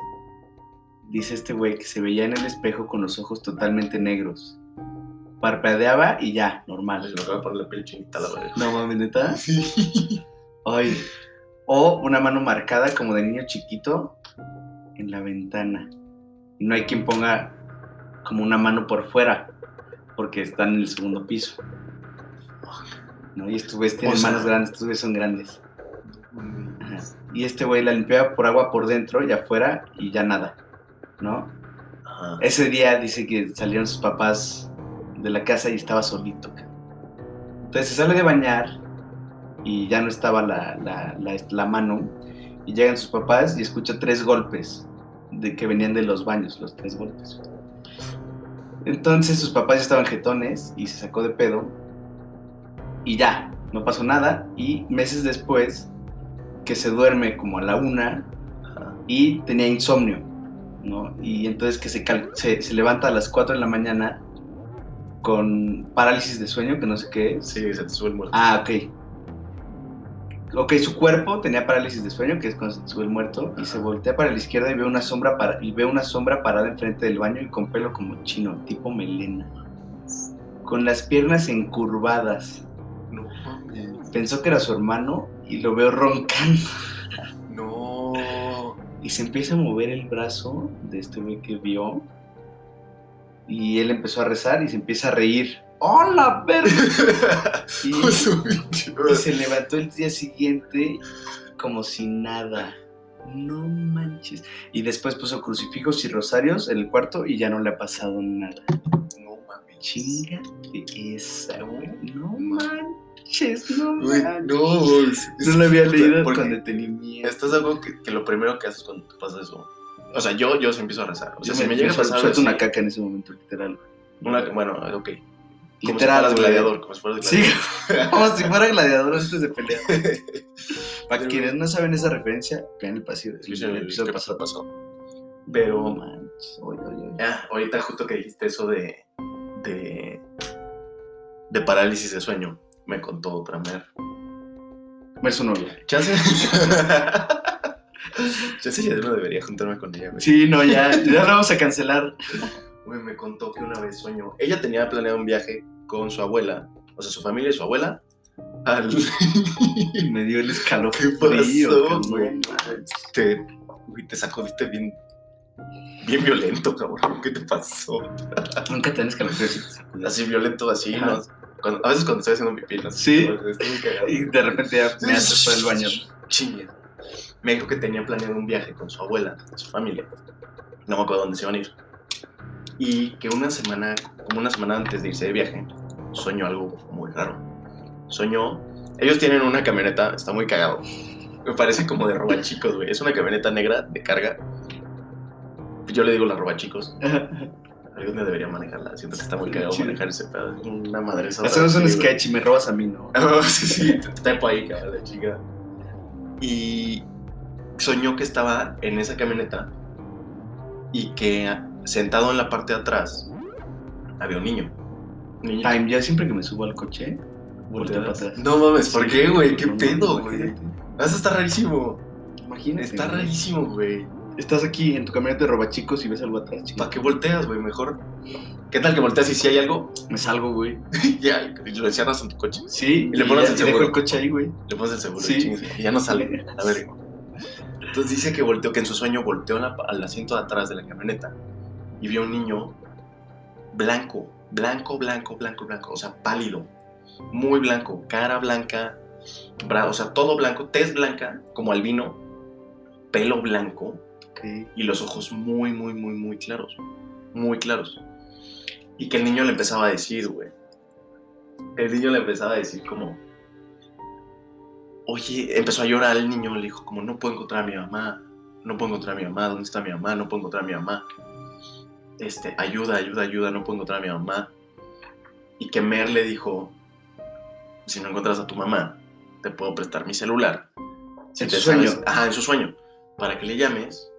S1: Dice este güey que se veía en el espejo con los ojos totalmente negros. Parpadeaba y ya, normal.
S2: se me acaba de poner la piel chinita la verdad.
S1: No mames, neta. Ay. O una mano marcada como de niño chiquito en la ventana. Y no hay quien ponga como una mano por fuera, porque están en el segundo piso. ¿No? Y estos güeyes tienen
S2: O sea-
S1: manos grandes, estos güeyes son grandes. Ajá. Y este güey la limpiaba por agua por dentro y afuera y ya nada, ¿no?
S2: Ajá.
S1: Ese día dice que salieron sus papás de la casa y estaba solito. cabrón. Entonces se sale de bañar y ya no estaba la, la- la- la mano. Y llegan sus papás y escucha tres golpes de que venían de los baños, los tres golpes. Entonces sus papás ya estaban jetones y se sacó de pedo. Y ya, no pasó nada. Y meses después, que se duerme como a la una,
S2: Ajá.
S1: y tenía insomnio, ¿no? Y entonces que se, cal- se, se levanta a las 4 de la mañana con parálisis de sueño, que no sé qué es.
S2: Sí, se te sube el muerto.
S1: Ah, ok. Ok, su cuerpo tenía parálisis de sueño, que es cuando se te sube el muerto, y se voltea para la izquierda y ve una sombra, para, y ve una sombra parada enfrente del baño y con pelo como chino, tipo melena. Con las piernas encurvadas.
S2: No mames.
S1: Pensó que era su hermano y lo veo roncando.
S2: No.
S1: y se empieza a mover el brazo de este güey que vio. Y él empezó a rezar y se empieza a reír. ¡Hola, perro! Y,
S2: Su pinche
S1: y
S2: madre.
S1: se levantó el día siguiente como si nada. No manches. Y después puso crucifijos y rosarios en el cuarto y ya no le ha pasado nada.
S2: No mames.
S1: Chinga de esa, güey. No
S2: Mames.
S1: manches, no
S2: Mm. Güey,
S1: manches.
S2: no. es-
S1: Ah, No lo había
S2: puta,
S1: leído
S2: porque
S1: con detenimiento.
S2: Esto es algo que, que lo primero que haces cuando te pasa eso. O sea, yo, yo sí empiezo a rezar. O sea,
S1: Yo
S2: si me llega a
S1: suel-
S2: pasar algo
S1: suelto una
S2: así,
S1: caca en ese momento, literal.
S2: una- bueno, ok. Como si
S1: Literal,
S2: fueras
S1: güey.
S2: gladiador, como si fueras
S1: Sí,
S2: gladiador.
S1: como si fuera gladiador antes de pelear. Para
S2: Pero-
S1: quienes no saben esa referencia, vean el pasillo.
S2: Escuchen el
S1: episodio
S2: episodio
S1: pasado.
S2: pasado. Pero-
S1: No manches, oye, oye, oye.
S2: Ah, ahorita justo que dijiste eso de, de, de parálisis de sueño, me contó otra mer.
S1: Ver su novia.
S2: Chance. Chance ya no debería juntarme con ella, güey.
S1: Sí, no, ya, ya lo vamos a cancelar.
S2: Güey, me contó que una vez soñó. Ella tenía planeado un viaje con su abuela, o sea, su familia y su abuela, al.
S1: Me dio el escalofrío.
S2: ¿Qué pasó,
S1: cabrón,
S2: güey?
S1: no manches.
S2: te, güey, te sacudiste bien, bien violento, cabrón. ¿Qué te pasó?
S1: Nunca tenés escalofrío si te sacudas.
S2: Así violento, así,
S1: Ajá.
S2: ¿no? Cuando- a veces cuando estoy haciendo pipí, ¿no?
S1: Sí.
S2: Estoy muy cagado.
S1: Y de repente ya me haces para el baño.
S2: Chinga. Me dijo que tenía planeado un viaje con su abuela, con su familia. No me acuerdo dónde se iban a ir. Y que una semana, como una semana antes de irse de viaje, soñó algo muy raro. Soñó. Ellos tienen una camioneta, está muy cagado. Me parece como de roba chicos, güey. Es una camioneta negra de carga. Yo le digo la roba chicos. Algún día debería manejarla. Siento que está muy cagado
S1: Chido.
S2: manejar ese pedo. Es Una madre.
S1: Hacemos un sketch y me robas a mí, ¿no?
S2: Ah, sí, sí, te tapo ahí, cabrón, la chica. Y soñó que estaba en esa camioneta y que sentado en la parte de atrás había un niño. Un niño.
S1: Time, yo siempre que me subo al coche, volteo
S2: Voltea
S1: para atrás.
S2: No mames, ¿por qué, güey? ¿Qué
S1: No, no,
S2: pedo, güey? Ah,
S1: imagínate.
S2: Eso está rarísimo.
S1: Imagínate.
S2: Está
S1: güey.
S2: rarísimo, güey.
S1: Estás aquí en tu camioneta de robachicos y ves algo atrás,
S2: ¿Para
S1: chico.
S2: qué volteas, güey? Mejor. ¿Qué tal que volteas y si hay algo?
S1: Me salgo, güey.
S2: ya, lo encierras en tu coche.
S1: Sí,
S2: Y le pones
S1: ya-
S2: el
S1: y dejo
S2: seguro.
S1: el coche ahí, güey.
S2: Le pones el seguro.
S1: Sí.
S2: y chingues, y ya no sale. A ver. Entonces dice que volteó, que en su sueño volteó a la- al asiento de atrás de la camioneta y vio a un niño blanco, blanco, blanco, blanco, blanco, o sea, pálido, muy blanco, cara blanca, bra- o sea, todo blanco, tez blanca, como albino, pelo blanco y los ojos muy, muy, muy, muy claros, muy claros. Y que el niño le empezaba a decir, güey, el niño le empezaba a decir como, oye, empezó a llorar el niño, le dijo como, no puedo encontrar a mi mamá, no puedo encontrar a mi mamá, ¿dónde está mi mamá? No puedo encontrar a mi mamá. Este, ayuda, ayuda, ayuda, no puedo encontrar a mi mamá. Y que Mer le dijo, si no encuentras a tu mamá, te puedo prestar mi celular. Si
S1: En
S2: te
S1: su sueño.
S2: sabes- ajá, en su sueño. Para que le llames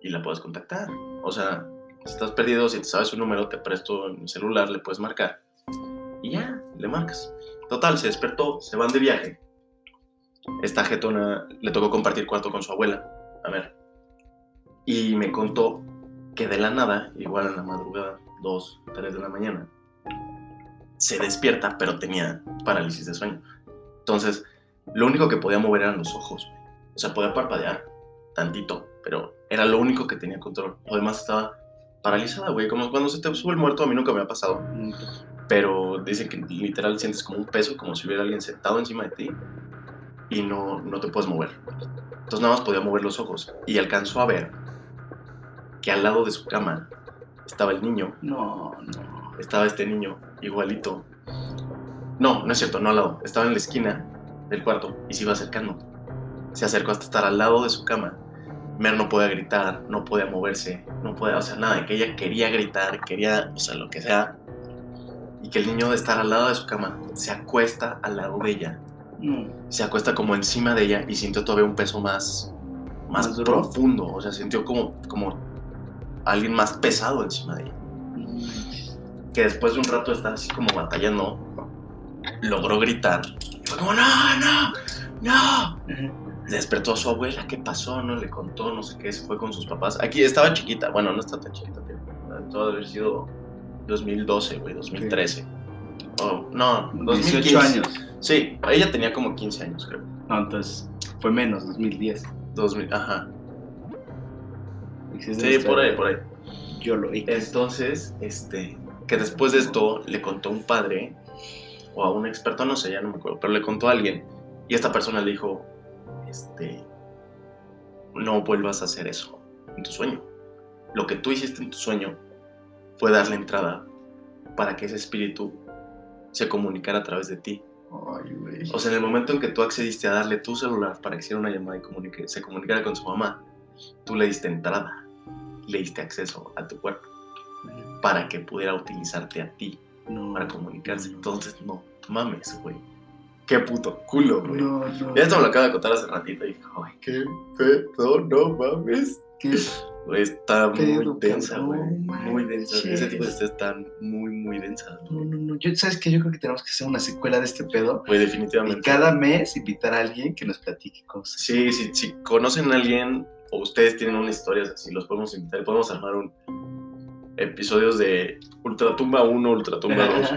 S2: y la puedas contactar. O sea, si estás perdido, si te sabes su número, te presto mi celular, le puedes marcar. Y ya, le marcas. Total, se despertó, se van de viaje. Esta jetona le tocó compartir cuarto con su abuela. A ver. Y me contó que de la nada, igual en la madrugada, 2, 3 de la mañana, se despierta, pero tenía parálisis de sueño. Entonces, lo único que podía mover eran los ojos. güey. O sea, podía parpadear tantito, pero era lo único que tenía control. Lo demás estaba paralizada, güey. Como cuando se te sube el muerto, a mí nunca me ha pasado pero dicen que literal sientes como un peso, como si hubiera alguien sentado encima de ti y no, no te puedes mover. Entonces nada más podía mover los ojos y alcanzó a ver que al lado de su cama estaba el niño,
S1: No, no.
S2: estaba este niño igualito. No, no es cierto, no al lado, estaba en la esquina del cuarto y se iba acercando. Se acercó hasta estar al lado de su cama. Mer no podía gritar, no podía moverse, no podía, o sea, nada, que ella quería gritar, quería, o sea, lo que sea, y que el niño de estar al lado de su cama se acuesta al lado de ella,
S1: no.
S2: se acuesta como encima de ella y sintió todavía un peso más, más,
S1: Más duro.
S2: profundo, o sea, sintió como, como alguien más pesado encima de ella, que después de un rato está así como batallando, logró gritar, fue como, no, no, no, despertó a su abuela, ¿qué pasó? No le contó, no sé qué, se fue con sus papás. Aquí estaba chiquita, bueno, no está tan chiquita, tío. Todo haber sido 2012, güey, 2013. Oh, no, 2015.
S1: 18 años.
S2: Sí, ella tenía como 15 años, creo.
S1: No, entonces fue menos, 2010.
S2: 2000, ajá.
S1: Existe
S2: Sí,
S1: nuestra-
S2: por ahí, por ahí.
S1: Yo lo vi.
S2: Entonces, este, que después de esto le contó a un padre o a un experto, no sé, ya no me acuerdo, pero le contó a alguien y esta persona le dijo, este, no vuelvas a hacer eso en tu sueño. Lo que tú hiciste en tu sueño fue darle entrada para que ese espíritu se comunicara a través de ti.
S1: Ay, güey.
S2: O sea, en el momento en que tú accediste a darle tu celular para que hiciera una llamada y comunique- se comunicara con su mamá, tú le diste entrada, le diste acceso a tu cuerpo para que pudiera utilizarte a ti
S1: No,
S2: para comunicarse. Entonces, no mames, güey. Qué puto culo, güey.
S1: no, no.
S2: Esto me lo acaba de contar hace ratito y dije, ay, qué pedo, no mames.
S1: Qué
S2: Güey, está muy
S1: pedo,
S2: densa, güey.
S1: cabrón,
S2: Muy densa.
S1: manches.
S2: Ese tipo de cosas están muy, muy densas,
S1: No,
S2: güey.
S1: no, no. Yo, ¿Sabes qué? Yo creo que tenemos que hacer una secuela de este pedo.
S2: Güey,
S1: Y
S2: definitivamente.
S1: cada mes invitar a alguien que nos platique cosas.
S2: Sí, si, si conocen a alguien o ustedes tienen una historia así, los podemos invitar, podemos armar un episodios de Ultratumba 1, Ultratumba 2.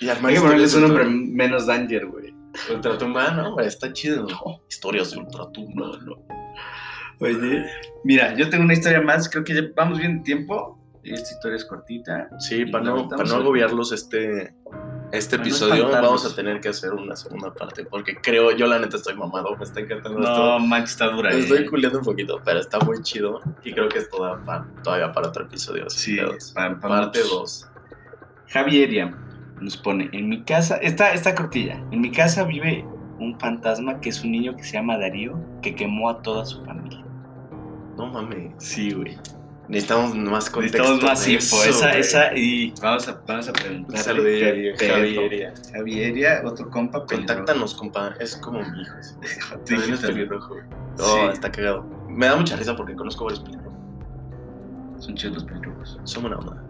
S2: Y armar
S1: Hay que ponerles un
S2: historias de
S1: nombre menos danger, güey.
S2: Ultra- Ultratumba, no, güey, está chido. Historias de Ultratumba, no.
S1: Oye, mira, yo tengo una historia más. Creo que ya vamos bien de tiempo. Esta historia es cortita.
S2: Sí,
S1: Y
S2: para no,
S1: lamentamos
S2: para no
S1: el-
S2: agobiarlos este, este
S1: Para no
S2: episodio,
S1: espantarlos.
S2: vamos a tener que hacer una segunda parte, porque creo, yo la neta estoy mamado, me está encantando
S3: No,
S2: esto.
S3: manches, está dura.
S2: Me
S3: eh.
S2: estoy culiando un poquito, pero está muy chido y creo que esto da pa- todavía para otro episodio.
S3: Sí,
S2: sin pedos.
S3: pa- pa-
S2: parte
S3: muchos.
S2: 2.
S3: Javieria nos pone, en mi casa, está esta cortilla, en mi casa vive un fantasma que es un niño que se llama Darío, que quemó a toda su familia.
S2: No mames.
S3: Sí, güey.
S2: Necesitamos más contexto.
S3: Necesitamos más
S2: de
S3: info,
S2: eso,
S3: esa,
S2: güey.
S3: esa, y
S1: Vamos a, vamos a preguntarle.
S2: Saludería,
S1: qué pedo.
S2: Javieria.
S1: Javieria, otro compa.
S2: Contáctanos, compa. Es como mi hijo. ese. También es
S1: Digital.
S2: pelirrojo. güey. No,
S1: Sí.
S2: está cagado. Me da mucha risa porque conozco varios pelirrojos.
S1: Son chidos los pelirrojos.
S2: Son buena onda.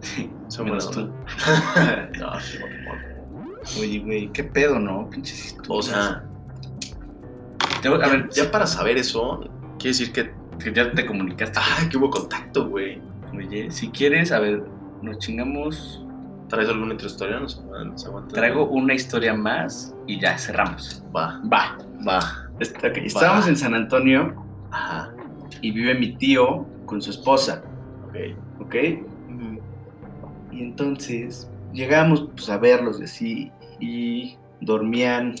S2: Son buena
S1: Menos tú.
S2: onda. No, sí, bueno, bueno.
S1: Oye, güey, qué pedo, ¿no? Pinches historias.
S2: o sea,
S1: Te voy- a ver,
S2: ya para saber eso, quiere decir que.
S1: que ya te comunicaste.
S2: ¡Ah, que hubo contacto, güey!
S1: Oye, si quieres, a ver, nos chingamos.
S2: ¿Traes alguna otra historia? Nos, nos aguanta.
S3: traigo una historia más y ya, cerramos.
S2: Va,
S1: Va.
S2: va.
S1: Est- ok, Estábamos en San Antonio
S2: Ajá.
S1: y vive mi tío con su esposa,
S2: Ok.
S1: ¿ok? Y entonces llegamos pues, a verlos y así. Y dormían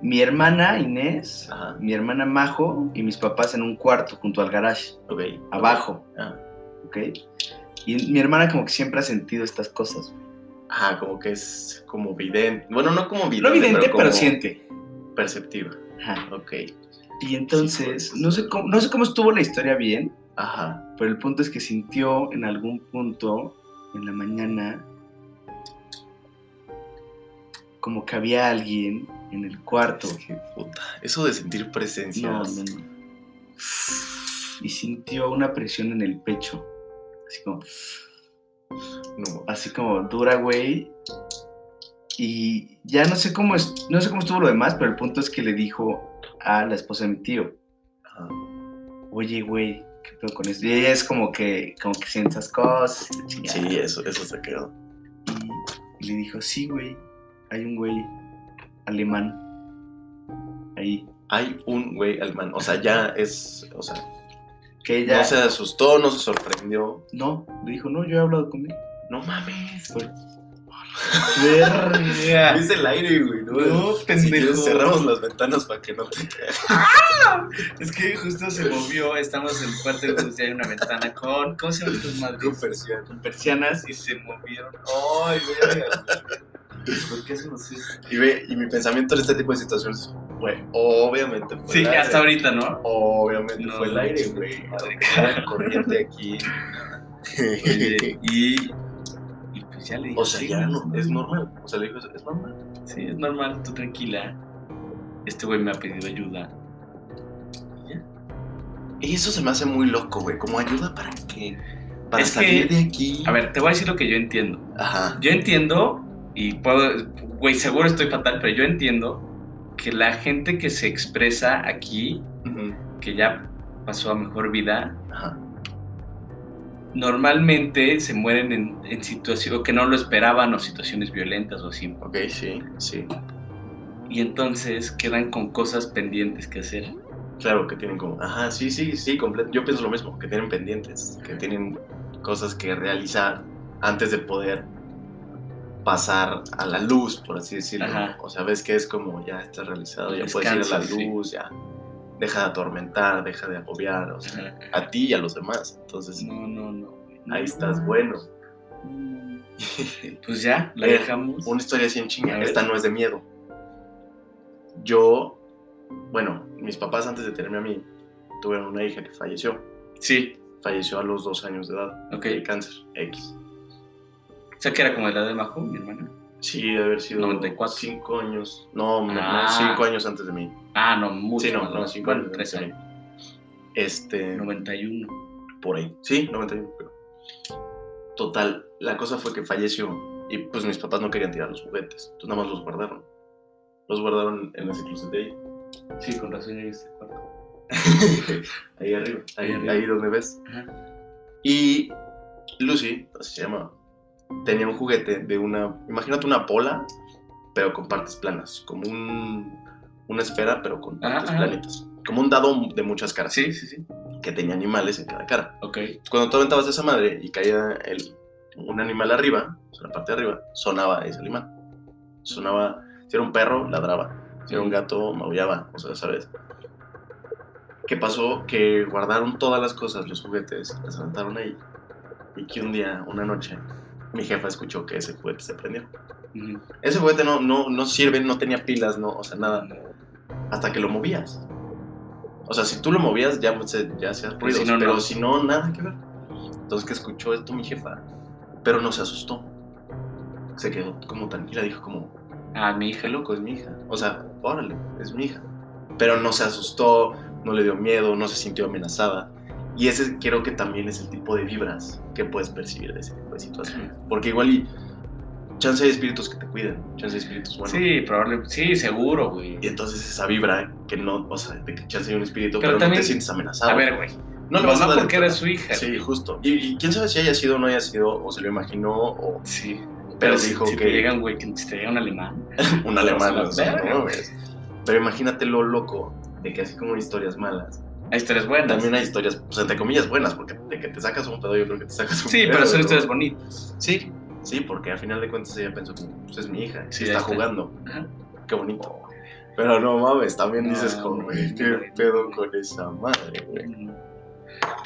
S1: mi hermana Inés,
S2: Ajá,
S1: mi hermana Majo y mis papás en un cuarto junto al garage,
S2: ok.
S1: abajo,
S2: Ah.
S1: ¿ok? Y mi hermana como que siempre ha sentido estas cosas.
S2: Ajá, como que es como vidente. Bueno, no como vidente.
S1: No evidente, pero,
S2: como
S1: siente.
S2: Perceptiva.
S1: Ajá.
S2: Ok.
S1: Y entonces,
S2: Sí,
S1: no, sé cómo, no sé cómo estuvo la historia bien,
S2: Ajá.
S1: pero el punto es que sintió en algún punto en la mañana como que había alguien en el cuarto.
S2: Es que, puta, Eso de sentir presencias.
S1: No, no, no. Y sintió una presión en el pecho. Así como,
S2: No.
S1: así como dura, güey. Y ya no sé cómo es, no sé cómo estuvo lo demás, pero el punto es que le dijo a la esposa de mi tío,
S2: Ajá.
S1: oye, güey, ¿qué pedo con esto? Y ella es como que, como que siente esas cosas. y la chingada.
S2: Sí, eso, eso se quedó.
S1: Y le dijo, sí, güey, hay un güey alemán ahí.
S2: Hay un güey alemán. O sea, ya es. O sea,
S1: Que ella,
S2: no se asustó, no se sorprendió.
S1: no, le dijo, no, yo he hablado con él.
S2: No mames.
S1: Verga.
S2: Es el aire, güey. No,
S1: No,
S2: Si
S1: pendejo.
S2: quieres, cerramos las ventanas para que no te
S3: Es que justo se movió, estamos en el cuarto y justo hay una ventana con. ¿Cómo se llaman estas madres?
S2: persiana.
S3: Con persianas y se movieron.
S2: Ay, güey.
S3: ¿Por qué hacemos eso?
S2: Y ve, y mi pensamiento en este tipo de situaciones, güey, obviamente fue
S3: Sí,
S2: el aire.
S3: hasta ahorita, ¿no?
S2: Obviamente
S3: No,
S2: fue el
S3: no,
S2: aire,
S3: no,
S2: güey.
S3: madre.
S2: Era corriente aquí.
S3: Oye, y. Y pues ya le dije.
S2: O sea,
S3: "Sí,
S2: ya
S3: güey,
S2: no, es normal. O sea, le digo, es normal.
S3: Sí, es normal, tú tranquila. Este güey me ha pedido ayuda.
S2: Y eso se me hace muy loco, güey. Como ayuda para qué? Para
S3: Es
S2: salir
S3: que-
S2: de aquí.
S3: A ver, te voy a decir lo que yo entiendo.
S2: Ajá.
S3: Yo entiendo, y puedo, güey, seguro estoy fatal, pero yo entiendo que la gente que se expresa aquí,
S2: Ujú.
S3: que ya pasó a mejor vida,
S2: Ajá.
S3: normalmente se mueren en, en situaciones que no lo esperaban o situaciones violentas o así.
S2: Ok, sí, sí.
S3: Y entonces quedan con cosas pendientes que hacer.
S2: Claro que tienen como, ajá, sí, sí, sí, completo. Yo pienso lo mismo, que tienen pendientes, que tienen cosas que realizar antes de poder pasar a la luz, por así decirlo.
S3: Ajá.
S2: O sea, ves que es como ya está realizado, ya puedes ir a la
S3: Descansas, sí.
S2: luz, ya deja de atormentar, deja de agobiar, o sea, a ti y a los demás. Entonces,
S3: pues, No, no, no. güey, no.
S2: ahí estás bueno.
S3: Pues ya, la
S2: Eh,
S3: dejamos.
S2: Una historia así en
S3: A
S2: chinga.
S3: ver.
S2: Esta no es de miedo. Yo, bueno, mis papás antes de tenerme a mí tuvieron una hija que falleció.
S3: Sí,
S2: falleció a los dos años de edad
S3: ok.
S2: de cáncer X.
S3: O sea, que era como la edad de Majo, mi hermana.
S2: Sí, debe haber sido
S3: 94.
S2: 5 años. No,
S3: Ah.
S2: 5 años antes de mí.
S3: Ah, no, mucho.
S2: sí, no,
S3: más
S2: no,
S3: grande.
S2: 5
S3: Bueno,
S2: años antes
S3: tres
S2: de mí.
S3: años.
S2: Este,
S3: 91.
S2: por ahí. Sí, 91. creo. Total, la cosa fue que falleció y pues mis papás no querían tirar los juguetes. Entonces nada más los guardaron. Los guardaron en ese closet de ahí.
S3: Sí, con razón llegué a este cuarto.
S2: ahí arriba, ahí,
S3: Ahí arriba.
S2: ahí donde ves.
S3: Ajá.
S2: Y Lucy, así se llamaba, tenía un juguete de una, imagínate una bola, pero con partes planas, como un, una esfera, pero con
S3: Ajá,
S2: partes
S3: ajá.
S2: planitas. Como un dado de muchas caras,
S3: Ah, Sí, sí, sí.
S2: que tenía animales en cada cara.
S3: Ok.
S2: Cuando tú aventabas esa madre y caía el, un animal arriba, o sea, la parte de arriba, sonaba ese animal. Sonaba, si era un perro, ladraba. Si era un gato, maullaba, o sea, ¿sabes? ¿Qué pasó? Que guardaron todas las cosas, los juguetes, las aventaron ahí. Y que un día, una noche, mi jefa escuchó que ese juguete se prendió.
S3: Ujú.
S2: Ese juguete no, no, no sirve, no tenía pilas, no, o sea, nada. Hasta que lo movías. O sea, si tú lo movías, ya se ya hacías ruidos,
S3: si no,
S2: pero
S3: no.
S2: si no, nada que ver. Entonces, que escuchó esto mi jefa, pero no se asustó. Se quedó como tranquila, dijo como,
S3: Ah, mi hija.
S2: Qué loco, es mi hija. O sea, órale, es mi hija. Pero no se asustó, no le dio miedo, no se sintió amenazada. Y ese creo que también es el tipo de vibras que puedes percibir de ese tipo de situaciones. Porque igual y chance hay espíritus que te cuiden, chance hay espíritus buenos.
S3: Sí, probablemente. Sí, seguro, güey.
S2: Y entonces esa vibra que no, o sea, de que chance hay un espíritu,
S3: Pero
S2: pero, no
S3: también-
S2: te sientes amenazado.
S3: A ver, güey.
S2: Ah, no le
S3: No,
S2: vas a
S3: no
S2: dar
S3: porque
S2: entrada.
S3: era su hija.
S2: Sí, justo. Y, y quién sabe si haya sido o no haya sido, o se lo imaginó, o
S3: Sí.
S2: Pero
S3: Pero, si,
S2: dijo
S3: si
S2: que-
S3: te llegan, güey, que si te llega un alemán.
S2: un alemán.
S3: la
S2: o sea,
S3: verga,
S2: no mames. Pero imagínate lo loco de que así como historias malas,
S3: Hay historias buenas.
S2: También hay historias, pues entre comillas, buenas, porque de que te sacas un pedo, yo creo que te sacas un
S3: Sí,
S2: pedo,
S3: pero son
S2: ¿no?
S3: historias bonitas.
S2: Sí, Sí, porque al final de cuentas ella pensó como, pues es mi hija,
S1: Sí,
S2: sí, está
S1: ahí está.
S2: jugando.
S1: Ajá.
S2: Qué bonito. Pero no mames, también
S1: No,
S2: dices como,
S1: güey,
S2: güey, qué
S1: güey.
S2: pedo con esa madre, güey.
S1: Mm.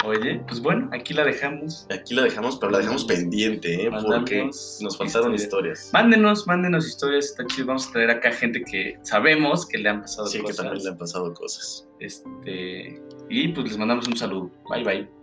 S1: Oye, pues bueno, aquí la dejamos.
S2: Aquí la dejamos, pero la dejamos pendiente, ¿eh? Porque
S1: Mandamos
S2: nos faltaron
S1: historias.
S2: historias.
S1: Mándenos, mándenos historias, está chido. Vamos a traer acá gente que sabemos que le han pasado
S2: Sí, que
S1: cosas.
S2: también le han pasado cosas.
S1: Este, y pues les mandamos un saludo. Bye bye.